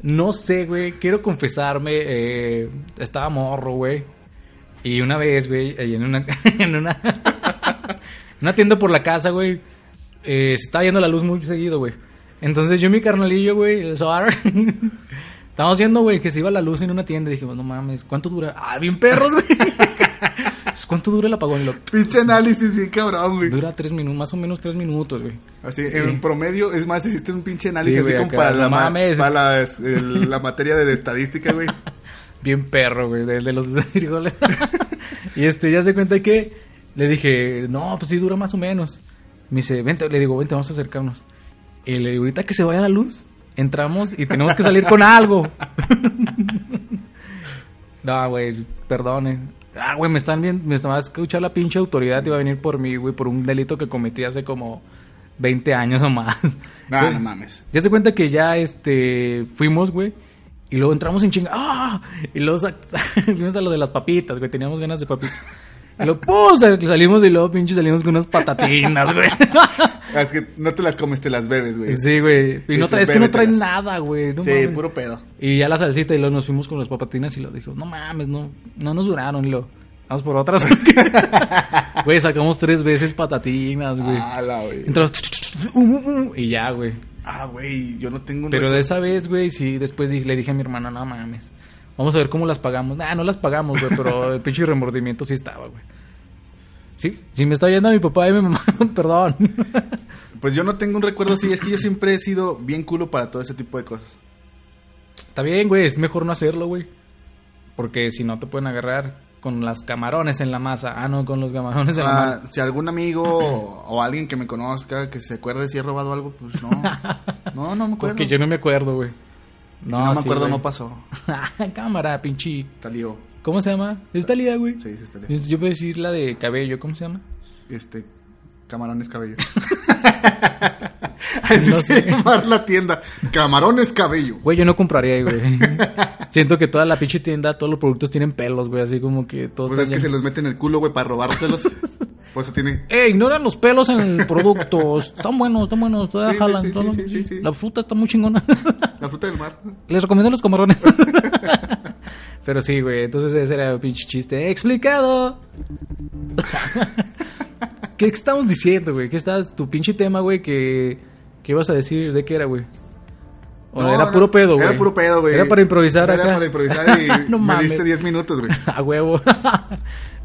B: No sé, güey. Quiero confesarme. eh, estaba morro, güey. Y una vez, güey, ahí en una, en una, en una tienda por la casa, güey, eh, se estaba yendo la luz muy seguido, güey. Entonces yo y mi carnalillo, güey, el Soar, estábamos viendo, güey, que se iba la luz en una tienda. Y dijimos, no mames, ¿cuánto dura? Ah, bien perros, güey. "Pues, ¿Cuánto dura el apagón? Y lo-
C: Pinche análisis bien cabrón, güey.
B: Dura tres minutos, más o menos tres minutos, güey.
C: Así, en
B: Sí.
C: promedio, es más, hiciste un pinche análisis
B: Sí, güey,
C: así como
B: acá,
C: para,
B: no
C: la, ma-
B: mames.
C: para la, es- el- la materia de estadística, güey.
B: Bien perro, güey, de, de los frijoles. y este, ya se cuenta que le dije, no, pues sí dura más o menos. Me dice, vente, le digo, vente, vamos a acercarnos. Y le digo, ahorita que se vaya la luz, entramos y tenemos que salir con algo. no, güey, perdone. Ah, güey, me están bien, me va a escuchar la pinche autoridad y va a venir por mí, güey, por un delito que cometí hace como 20 años o más.
C: Nah,
B: Güey,
C: no mames.
B: ya te cuenta que ya este fuimos, güey. Y luego entramos en chinga. ¡Ah! Y luego sa- sa- fuimos a lo de las papitas, güey. Teníamos ganas de papitas. Y luego, ¡pum! sal- Salimos y luego, pinche, salimos con unas patatinas, güey.
C: Ah, Es que no te las comes, te las bebes, güey. Sí,
B: Sí, güey. Y no
C: Dices,
B: trae- es que no traen
C: "Bébételas".
B: nada, güey. No mames.
C: puro pedo.
B: Y ya la salsita y luego nos fuimos con las papatinas y lo dijo, no mames, no, no nos duraron. Y lo, vamos por otras. Güey, sacamos tres veces patatinas, güey.
C: Ah, la, güey.
B: Entramos, um, um, um, y ya, güey.
C: Ah, güey, yo no tengo un
B: Pero de
C: recuerdo.
B: esa vez, güey, sí, después di- le dije a mi hermana, no mames, vamos a ver cómo las pagamos. Nah, no las pagamos, güey, pero el pinche remordimiento sí estaba, güey. Sí, si me está oyendo mi papá y mi mamá, perdón.
C: Pues yo no tengo un recuerdo así, es que yo siempre he sido bien culo para todo ese tipo de cosas.
B: está bien, güey, es mejor no hacerlo, güey. Porque si no te pueden agarrar con las camarones en la masa. Ah, no, con los camarones en la
C: Ah,
B: masa.
C: si algún amigo o, o alguien que me conozca que se acuerde si he robado algo, pues no. No, no me acuerdo.
B: Porque yo no me acuerdo, güey.
C: Si no, me
B: sí,
C: acuerdo,
B: güey.
C: no pasó.
B: Cámara, pinche.
C: Está lío.
B: ¿Cómo se llama? ¿Es Talía, güey?
C: Sí, sí, está lío.
B: Yo voy a decir la de cabello, ¿cómo se llama?
C: Este, camarones cabello.
B: No
C: Así se
B: sé.
C: llama la tienda. Camarones cabello.
B: Güey, yo no compraría, güey. Siento que toda la pinche tienda, todos los productos tienen pelos, güey. Así como que todos
C: Pues es
B: están
C: que se
B: llenos.
C: los meten en el culo, güey, para robárselos. Por eso tiene.
B: Eh, ignoran los pelos en el producto. Están buenos, están buenos. Todavía
C: Sí, sí,
B: jalan.
C: sí,
B: todo.
C: sí, sí, sí.
B: La fruta está muy chingona.
C: La fruta del mar.
B: Les recomiendo los camarones. Pero sí, güey. Entonces ese era el pinche chiste. ¡Explicado! ¿Qué estamos diciendo, güey? ¿Qué estás? Tu pinche tema, güey, que... ¿Qué ibas a decir? ¿De qué era, güey? O
C: No,
B: era
C: no,
B: puro pedo, güey.
C: Era puro pedo, güey.
B: Era para improvisar
C: Era
B: acá.
C: para improvisar y
B: No
C: me
B: mames.
C: diste 10 minutos, güey.
B: A huevo.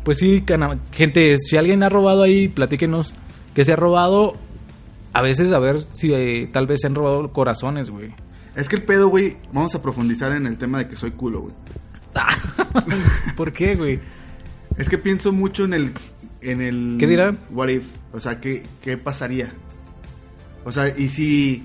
B: pues sí, cana- gente, si alguien ha robado ahí, platíquenos que se ha robado. A veces, a ver si eh, tal vez se han robado corazones, güey.
C: Es que el pedo, güey, vamos a profundizar en el tema de que soy culo, güey.
B: ¿Por qué, güey?
C: Es que pienso mucho en el. En el
B: ¿Qué dirán?
C: What if. O sea, ¿qué, qué pasaría? O sea, y si.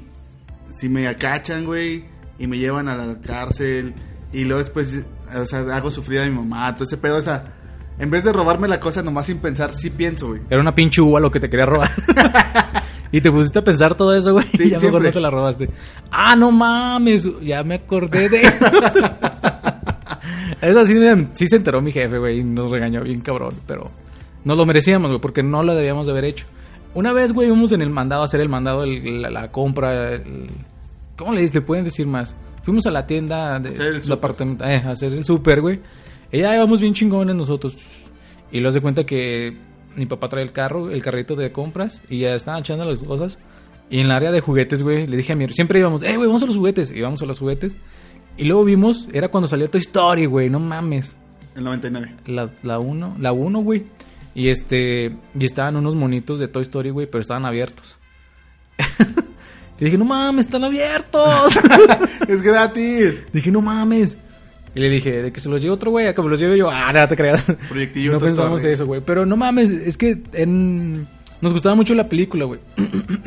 C: Si me acachan, güey, y me llevan a la cárcel, y luego después. O sea, hago sufrir a mi mamá, todo ese pedo, o sea. En vez de robarme la cosa nomás sin pensar, sí pienso, güey.
B: Era una pinche uva lo que te quería robar. Y te pusiste a pensar todo eso, güey. y
C: Sí,
B: ya mejor
C: siempre.
B: no te la robaste. Ah, no mames. Ya me acordé de. Esa sí, me- sí se enteró mi jefe, güey. Y nos regañó bien cabrón. Pero nos lo merecíamos, güey. Porque no lo debíamos de haber hecho. Una vez, güey, íbamos en el mandado a hacer el mandado, el- la, la compra. el- ¿Cómo le dices? Pueden decir más. Fuimos a la tienda de
C: Hacer el
B: del
C: súper.
B: apartamento, eh, a hacer el súper, güey. Y ya íbamos bien chingones nosotros. Y los de cuenta que mi papá trae el carro, el carrito de compras, y ya estaban echando las cosas. Y en el área de juguetes, güey, le dije a mi siempre íbamos, eh, güey, vamos a los juguetes. Y íbamos a los juguetes. Y luego vimos, era cuando salió Toy Story, güey, no mames.
C: El 99.
B: La, la uno, la uno, güey. Y este, y estaban unos monitos de Toy Story, güey, pero estaban abiertos. y dije, no mames, están abiertos.
C: ¡Es gratis!
B: Dije, no mames. Y le dije, de que se los lleve otro güey, a que me los lleve yo. Ah, nada, te creas.
C: Proyectillo
B: no
C: Toy Story.
B: pensamos eso, güey. Pero no mames, es que en- nos gustaba mucho la película, güey.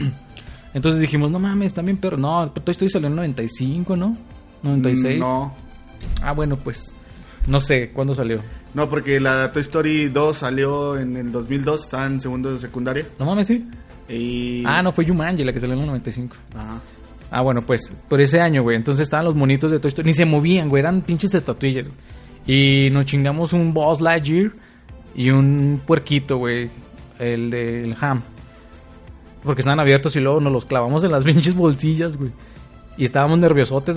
B: Entonces dijimos, no mames, también perro. No, pero Toy Story salió en 95, ¿no? 96.
C: No.
B: Ah, bueno, pues. No sé, ¿cuándo salió?
C: No, porque la Toy Story 2 salió en el 2002, estaba en segundo de secundaria.
B: No mames, sí.
C: Y...
B: Ah, no, fue Jumanji la que salió en el 95.
C: Ajá.
B: Ah, bueno, pues, por ese año, güey. Entonces estaban los monitos de Toy Story. Ni se movían, güey. Eran pinches estatuillas, güey. Y nos chingamos un Boss Lightyear y un puerquito, güey. El del ham. Porque estaban abiertos y luego nos los clavamos en las pinches bolsillas, güey. Y estábamos nerviosotes.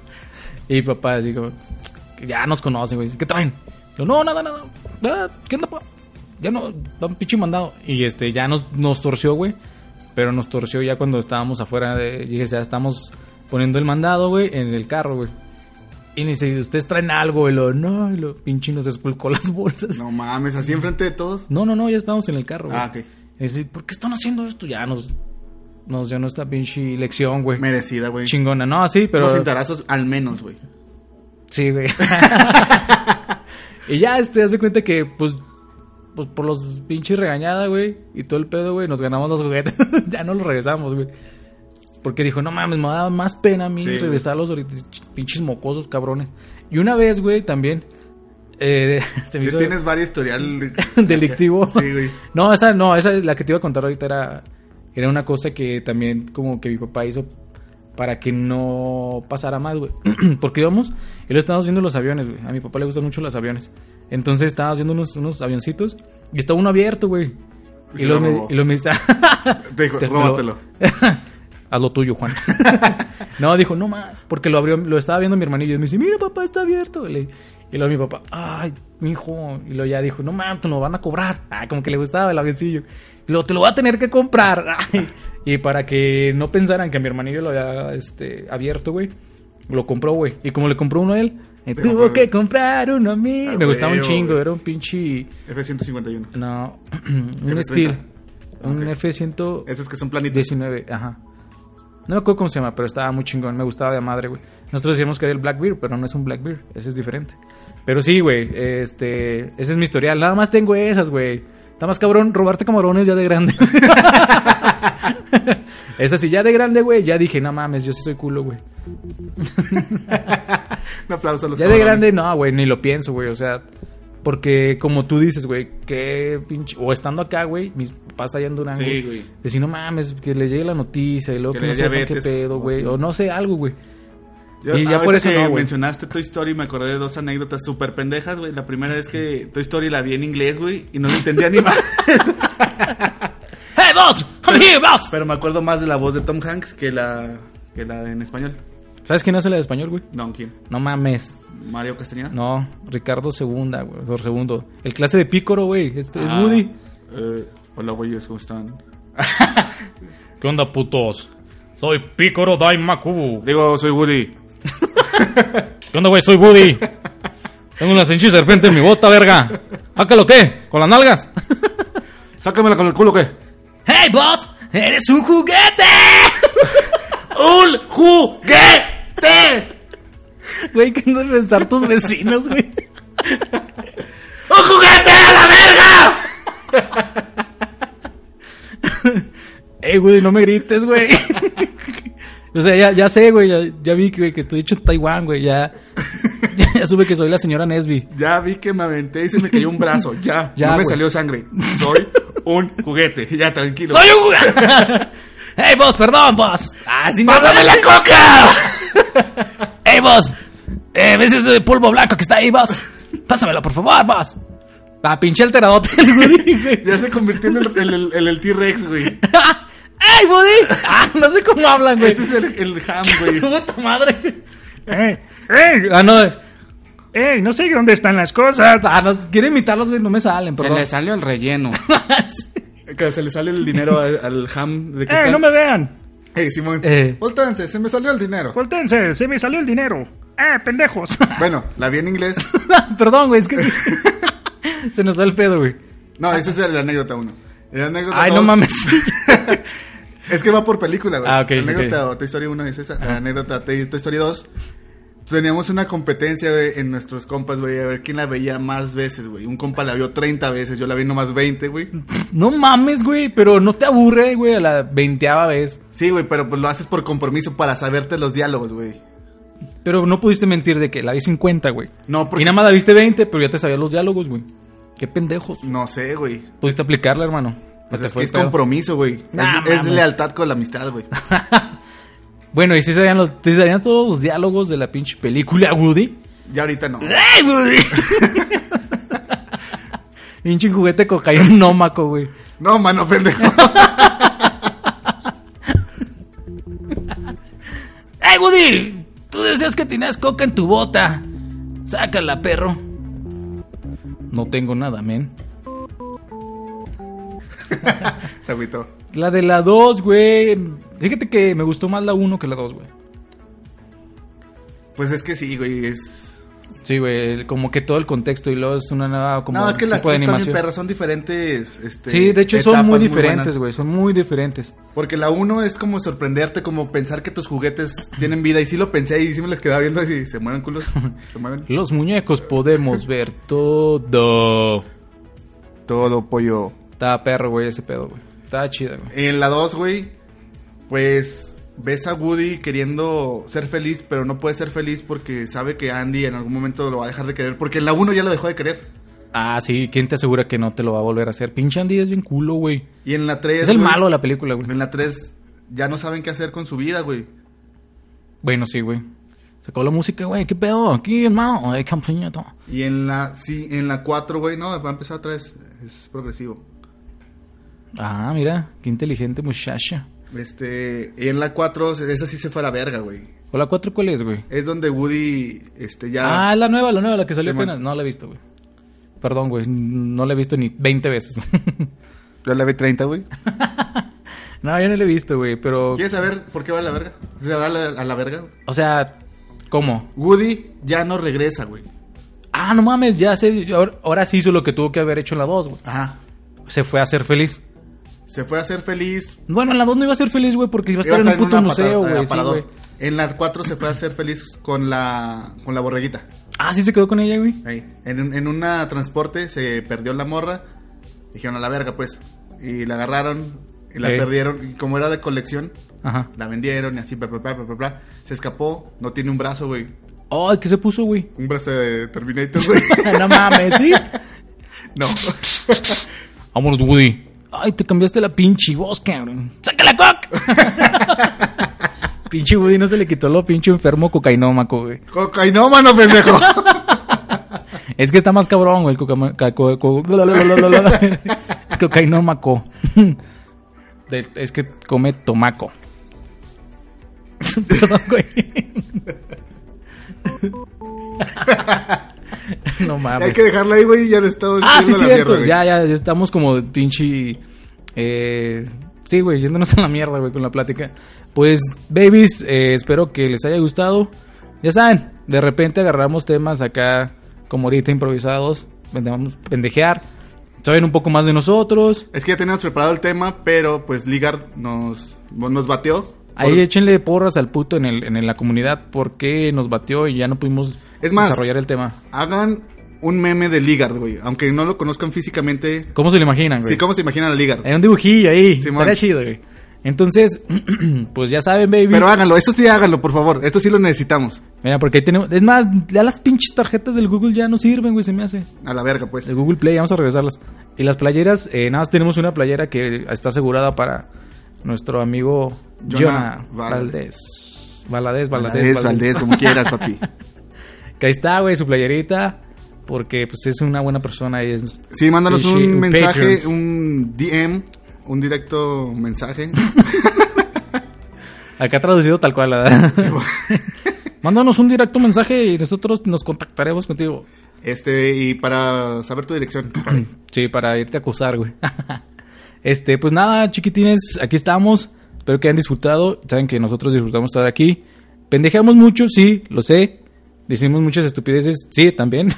B: y papá, así como, que ya nos conocen, güey. ¿Qué traen? Yo, no, nada, nada. nada ¿Qué onda, pa? Ya no, da un pinche mandado. Y este, ya nos, nos torció, güey. Pero nos torció ya cuando estábamos afuera de. Dije, ya estamos poniendo el mandado, güey, en el carro, güey. Y le dice, ¿ustedes traen algo? Y lo, no, y lo, pinche nos esculcó las bolsas.
C: No mames, así enfrente de todos.
B: No, no, no, ya estamos en el carro, güey.
C: Ah, ok.
B: Y dice, ¿por qué están haciendo esto? Ya nos, nos dio nuestra pinche lección, güey.
C: Merecida, güey.
B: Chingona, no, sí, pero.
C: Los cintarazos al menos, güey.
B: Sí, güey. y ya, este, hace cuenta que, pues, pues por los pinches regañada, güey, y todo el pedo, güey, nos ganamos los juguetes. ya no los regresamos, güey. Porque dijo, no mames, me da más pena a mí
C: Sí, güey.
B: regresarlos ahorita, ch- pinches mocosos, cabrones. Y una vez, güey, también, eh, se me
C: Sí,
B: hizo
C: tienes varios historial...
B: delictivo.
C: Sí, güey.
B: No, esa no, esa es la que te iba a contar ahorita era, era una cosa que también como que mi papá hizo para que no pasara más, güey. Porque íbamos y lo estábamos viendo los aviones, güey. A mi papá le gustan mucho los aviones. Entonces estábamos viendo unos, unos avioncitos y estaba uno abierto, güey.
C: Y
B: Y,
C: se
B: luego
C: lo
B: me-
C: robó.
B: y luego me dice,
C: Te dijo,
B: Te-
C: róbatelo.
B: Haz lo tuyo, Juan. no, dijo, no más. Porque lo abrió, lo estaba viendo mi hermanillo. Y me dice, mira, papá, está abierto. Le- y luego mi papá, ay, mi hijo. Y luego ya dijo, no mames, te lo van a cobrar. Ah, como que le gustaba el avioncillo. Y luego te lo va a tener que comprar. Ay. Y para que no pensaran que mi hermanillo lo había este, abierto, güey. Lo compró, güey. Y como le compró uno a él, eh,
C: Te
B: tuvo
C: compró,
B: que
C: güey.
B: comprar uno a mí.
C: Ah,
B: me gustaba un
C: huevo,
B: chingo,
C: güey.
B: era un pinche.
C: F-151.
B: No, un
C: F30.
B: Steel. Un
C: Ok.
B: F-100.
C: Esos que son planitos.
B: 19, ajá. No me acuerdo cómo se llama, pero estaba muy chingón. Me gustaba de madre, güey. Nosotros decíamos que era el Black Bear, pero no es un Black Bear. Ese es diferente. Pero sí, güey. Este, ese es mi historial. Nada más tengo esas, güey. Está más cabrón robarte camarones ya de grande. es así, ya de grande, güey. Ya dije, no mames, yo sí soy culo, güey.
C: Un aplauso a los
B: Ya de
C: cabrones.
B: grande, no, güey, ni lo pienso, güey. O sea, porque como tú dices, güey, qué pinche. O estando acá, güey, mis papás allá en Durango.
C: Sí, güey.
B: Decir, no mames, que les llegue la noticia y luego
C: Que
B: que,
C: le
B: no
C: dé
B: sepan qué
C: diabetes,
B: pedo,
C: o
B: güey.
C: así.
B: O no sé, algo, güey.
C: Yo,
B: Y ya
C: ahorita
B: por eso
C: que
B: no, güey.
C: mencionaste Toy Story, me acordé de dos anécdotas súper pendejas, güey. La primera es que Toy Story la vi en inglés, güey, y no la entendía ni más.
B: ¡Hey, boss! ¡Come here, boss!
C: Pero me acuerdo más de la voz de Tom Hanks que la, que la en español.
B: ¿Sabes quién hace la de español, güey?
C: No, ¿quién?
B: No mames.
C: Mario Castañeda.
B: No, Ricardo Segunda, güey. Jorge Segundo. El clase de pícoro, güey. Este
C: Ah,
B: es Woody.
C: eh, hola, güeyes, ¿cómo están?
B: ¿Qué onda, putos? Soy Pícoro Daimaku.
C: Digo, soy Woody.
B: ¿Qué onda, güey? Soy Woody. Tengo una pinche serpiente en mi bota, verga. lo qué? ¿Con las nalgas?
C: Sácamela con el culo, ¿qué?
B: ¡Hey, boss! ¡Eres un juguete!
C: ¡Un juguete!
B: Güey, ¿qué andan a pensar tus vecinos, güey?
C: ¡Un juguete a la verga!
B: Ey, güey, no me grites, güey. o sea, ya, ya sé, güey. Ya, ya vi que, güey, que estoy hecho en Taiwán, güey. Ya, ya, ya supe que soy la señora Nesby.
C: Ya vi que me aventé y se me cayó un brazo. Ya,
B: Ya,
C: no me
B: güey.
C: salió sangre. Soy un juguete. Ya, tranquilo.
B: ¡Soy un jugador! ¡Ey, vos, perdón, vos! ¡Ah, sin
C: ¡Pásame la coca!
B: ¡Ey, vos! Eh, ¿Ves ese polvo blanco que está ahí, vos? Pásamelo, por favor, vos. La pinche alteradote. el Woody, güey.
C: Ya se convirtió en el, en el- en el T-Rex, güey.
B: ¡Ey, Woody! ¡Ah, no sé cómo hablan, güey!
C: Este es el, el ham, güey.
B: ¡Puta madre!
D: ¡Ey! ¡Ey!
B: Ah, no.
D: ¡Ey! No sé dónde están las cosas.
B: Ah, no, quiero imitarlos, güey, no me salen,
E: Se
B: perdón.
E: le salió el relleno.
C: Que se le sale el dinero al, al ham de que
D: ¡Ey! ¡No me vean!
C: Ey, Simón.
B: Eh.
C: Voltense, se me salió el dinero.
D: ¡Voltense! ¡Se me salió el dinero! ¡Eh, pendejos!
C: Bueno, la vi en inglés.
B: perdón, güey, es que... Se nos da el pedo, güey.
C: No, esa es la anécdota uno. La anécdota
B: Ah, Ay, no
C: dos-
B: mames.
C: es que va por película, güey.
B: Ah, ok,
C: La anécdota Toy Story 1 es esa. La anécdota Toy Toy Story 2. Teníamos una competencia, güey, en nuestros compas, güey, a ver quién la veía más veces, güey. Un compa la vio 30 veces, yo la vi nomás 20, güey.
B: No mames, güey, pero no te aburre, güey, a la veinteava vez.
C: Sí, güey, pero pues lo haces por compromiso para saberte los diálogos, güey.
B: Pero no pudiste mentir de que la vi 50, güey.
C: No, porque-
B: Y nada más la viste 20, pero ya te sabías los diálogos, güey. Qué pendejos.
C: No sé, güey.
B: Pudiste aplicarla, hermano.
C: Pues
B: Se
C: es
B: fue
C: que es
B: el pedo.
C: compromiso, güey.
B: Nah,
C: es, es
B: mames.
C: lealtad con la amistad, güey.
B: Bueno, y si sabían, los, sí sabían todos los diálogos de la pinche película, Woody.
C: Ya ahorita no.
B: ¡Ey, Woody! pinche juguete de cocaína nómaco, güey.
C: No, mano, pendejo.
B: ¡Ey, Woody! Tú decías que tenías coca en tu bota. Sácala, perro. No tengo nada, men.
C: Se agüitó.
B: La de la 2, güey. Fíjate que me gustó más la 1 que la 2, güey.
C: Pues es que sí, güey, es...
B: Sí, güey, como que todo el contexto y luego es una nueva como
C: no, es que las
B: tipo de
C: tres también,
B: animación.
C: perras, son diferentes. Este,
B: sí, de hecho son
C: etapas
B: muy
C: buenas.
B: diferentes, güey, son muy diferentes.
C: Porque la uno es como sorprenderte, como pensar que tus juguetes tienen vida. Y sí lo pensé y sí me les quedaba viendo así, se mueven culos, se mueven.
B: Los muñecos podemos ver todo.
C: Todo pollo.
B: Estaba perro, güey, ese pedo, güey. Estaba chida, güey.
C: En la dos, güey, pues ves a Woody queriendo ser feliz, pero no puede ser feliz porque sabe que Andy en algún momento lo va a dejar de querer. Porque en la uno ya lo dejó de querer.
B: Ah, sí, ¿quién te asegura que no te lo va a volver a hacer? Pinche Andy es bien culo, güey.
C: Y en la 3.
B: Es el malo de la película, güey.
C: En la 3 ya no saben qué hacer con su vida, güey.
B: Bueno, sí, güey. Sacó la música, güey, ¿qué pedo? Aquí, hermano, hay campiña, todo.
C: Y en la sí, en la 4, güey, no, va a empezar otra vez. Es progresivo.
B: Ah, mira, qué inteligente muchacha.
C: Este, y en la 4 esa sí se fue a la verga, güey.
B: ¿O la 4 cuál es, güey?
C: Es donde Woody este ya
B: Ah, la nueva, la nueva, la que salió
C: Sí,
B: apenas.
C: man.
B: No la he visto, güey. Perdón, güey. No la he visto ni 20 veces.
C: yo la ve 30, güey.
B: no, yo no la he visto, güey. Pero,
C: ¿Quieres saber por qué va a la verga? Se va a la, a la verga.
B: o sea, ¿cómo?
C: Woody ya no regresa, güey.
B: Ah, no mames, ya sé. Ahora, ahora sí hizo lo que tuvo que haber hecho en la 2, güey.
C: Ajá.
B: Se fue a ser feliz.
C: Se fue a ser feliz.
B: Bueno, en la 2 no iba a ser feliz, güey, porque iba a estar
C: Iba a
B: en un
C: estar en
B: puto
C: un
B: museo,
C: apara-
B: güey. sí,
C: aparador.
B: güey.
C: en la 4 se fue a ser feliz con la con la borreguita.
B: ah, sí se quedó con ella, güey.
C: Ahí. En, un- en una transporte se perdió la morra. Dijeron a la verga, pues. Y la agarraron y la
B: Ey.
C: perdieron. Y como era de colección,
B: Ajá.
C: la vendieron y así, bla, bla, bla, bla, bla, bla. Se escapó, no tiene un brazo, güey.
B: Oh, ¿qué se puso, güey?
C: Un brazo de Terminator, güey.
B: no mames, sí.
C: no.
B: Vámonos, Woody. Ay, te cambiaste la pinche voz, cabrón. ¡Saca la coca! pinche Woody no se le quitó lo pinche enfermo cocainómaco, güey.
C: Cocainómano, pendejo.
B: Es que está más cabrón, güey, el coca- ca- co- co- cocainómaco. De- Es que come tomaco. Perdón, güey. no mames.
C: Hay que dejarla ahí, güey. Ya le estamos.
B: Ah, sí,
C: yendo a la
B: cierto.
C: mierda, güey.
B: ya, ya, ya estamos como pinche. Eh, sí, güey, yéndonos a la mierda, güey, con la plática. Pues, babies, eh, espero que les haya gustado. Ya saben, de repente agarramos temas acá, como ahorita improvisados. donde Vamos a pendejear. Saben un poco más de nosotros.
C: Es que ya teníamos preparado el tema, pero pues Ligard nos, nos bateó.
B: Ahí
C: Por-
B: échenle porras al puto en, el, en, la comunidad porque nos batió y ya no pudimos
C: Es más-
B: desarrollar el tema.
C: Hagan un meme de Ligard, güey. Aunque no lo conozcan físicamente.
B: ¿Cómo se lo imaginan, güey?
C: Sí, ¿cómo se imaginan a Ligard?
B: Hay un dibujillo ahí.
C: Simón.
B: Estaría chido, güey. Entonces, pues ya saben, baby.
C: Pero háganlo, esto sí háganlo, por favor. Esto sí lo necesitamos.
B: Mira, porque ahí tenemos. Es más, ya las pinches tarjetas del Google ya no sirven, güey, se me hace.
C: A la verga, pues.
B: El Google Play, vamos a regresarlas. Y las playeras, eh, nada más tenemos una playera que está asegurada para nuestro amigo Jonah
C: Jonah
B: Valdés. Valadez, Valadez,
C: Valdés, Valdés, como quieras, papi.
B: Que ahí está, güey, su playerita. Porque pues es una buena persona y es.
C: Sí, mándanos
B: y she-
C: un mensaje,
B: Patreons.
C: un DM, un directo mensaje.
B: Acá traducido tal cual, ¿verdad? Mándanos un directo mensaje y nosotros nos contactaremos contigo.
C: Este, y para saber tu dirección. compadre.
B: Sí, para irte a acusar, güey. este, pues nada, chiquitines, aquí estamos. Espero que hayan disfrutado. Saben que nosotros disfrutamos estar aquí. Pendejeamos mucho, sí, lo sé. Decimos muchas estupideces, sí, también.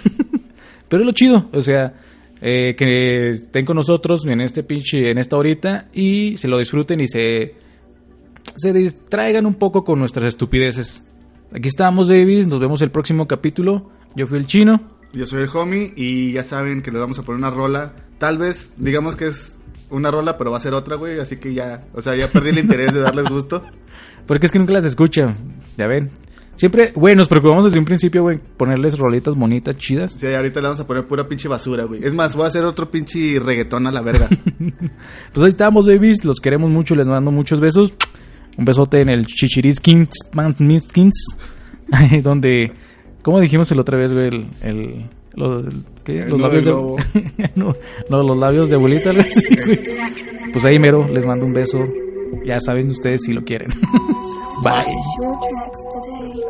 B: Pero es lo chido, o sea, eh, que estén con nosotros en este pinche, en esta horita y se lo disfruten y se, se distraigan un poco con nuestras estupideces. Aquí estamos, Davis. Nos vemos el próximo capítulo. Yo fui el chino.
C: Yo soy el homie y ya saben que les vamos a poner una rola. Tal vez, digamos que es una rola, pero va a ser otra, güey. Así que ya, o sea, ya perdí el interés de darles gusto.
B: Porque es que nunca las escucha, ya ven. Siempre, güey, nos preocupamos desde un principio, güey, ponerles roletas bonitas, chidas.
C: Sí, ahorita le vamos a poner pura pinche basura, güey. Es más, voy a hacer otro pinche reggaetón a la verga.
B: Pues ahí estamos, babies, los queremos mucho, les mando muchos besos. Un besote en el Chichiriskins, Pantmiskins, ahí donde, ¿cómo dijimos el otra vez, güey? El, el- los, el- ¿qué?
C: El
B: los
C: nudo
B: labios
C: de
B: de...
C: globo.
B: no, no, los labios de abuelita. güey. Sí, sí. Pues ahí mero, les mando un beso. Ya saben ustedes si lo quieren. Bye.
E: Your tracks today.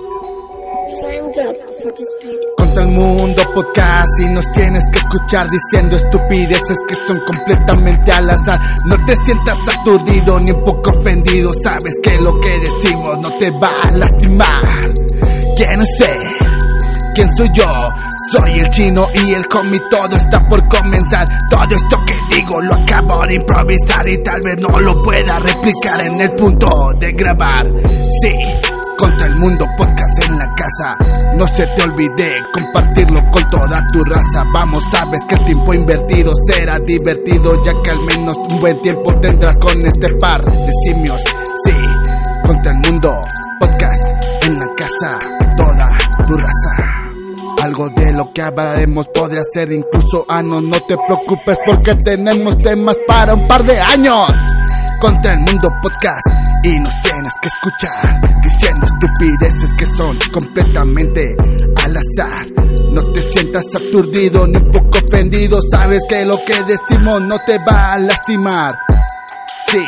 E: Thank God for this beautiful.
C: Contra el mundo podcast y nos tienes que escuchar diciendo estupideces que son completamente al azar. No te sientas aturdido ni un poco ofendido, sabes que lo que decimos no te va a lastimar. ¿Quién sé? ¿Quién soy yo? Soy el chino y el comi, todo está por comenzar. Todo esto que digo lo acabo de improvisar y tal vez no lo pueda replicar en el punto de grabar. Sí, contra el mundo podcast en la casa. No se te olvide compartirlo con toda tu raza. Vamos, sabes que el tiempo invertido será divertido, ya que al menos un buen tiempo tendrás con este par de simios. Sí, contra el mundo podcast en la casa, toda tu raza. Algo de lo que hablaremos podría ser incluso años. No te preocupes porque tenemos temas para un par de años contra el mundo podcast y nos tienes que escuchar diciendo estupideces que son completamente al azar. No te sientas aturdido ni un poco ofendido, sabes que lo que decimos no te va a lastimar. Sí,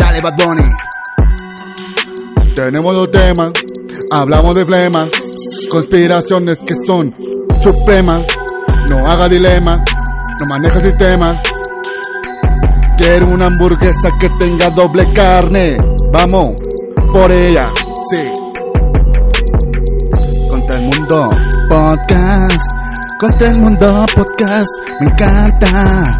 C: dale Bad Bunny. Tenemos los temas, hablamos de flemas, conspiraciones que son supremas. No haga dilema, no maneja sistema. Quiero una hamburguesa que tenga doble carne. Vamos, por ella, sí. Contra el mundo podcast, contra el mundo podcast. Me encanta,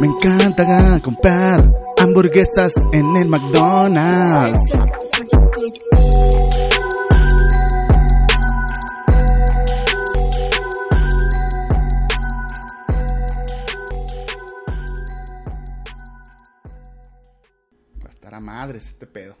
C: me encanta comprar hamburguesas en el McDonald's.
E: Thank God for this beautiful.
C: Bastará madres este pedo.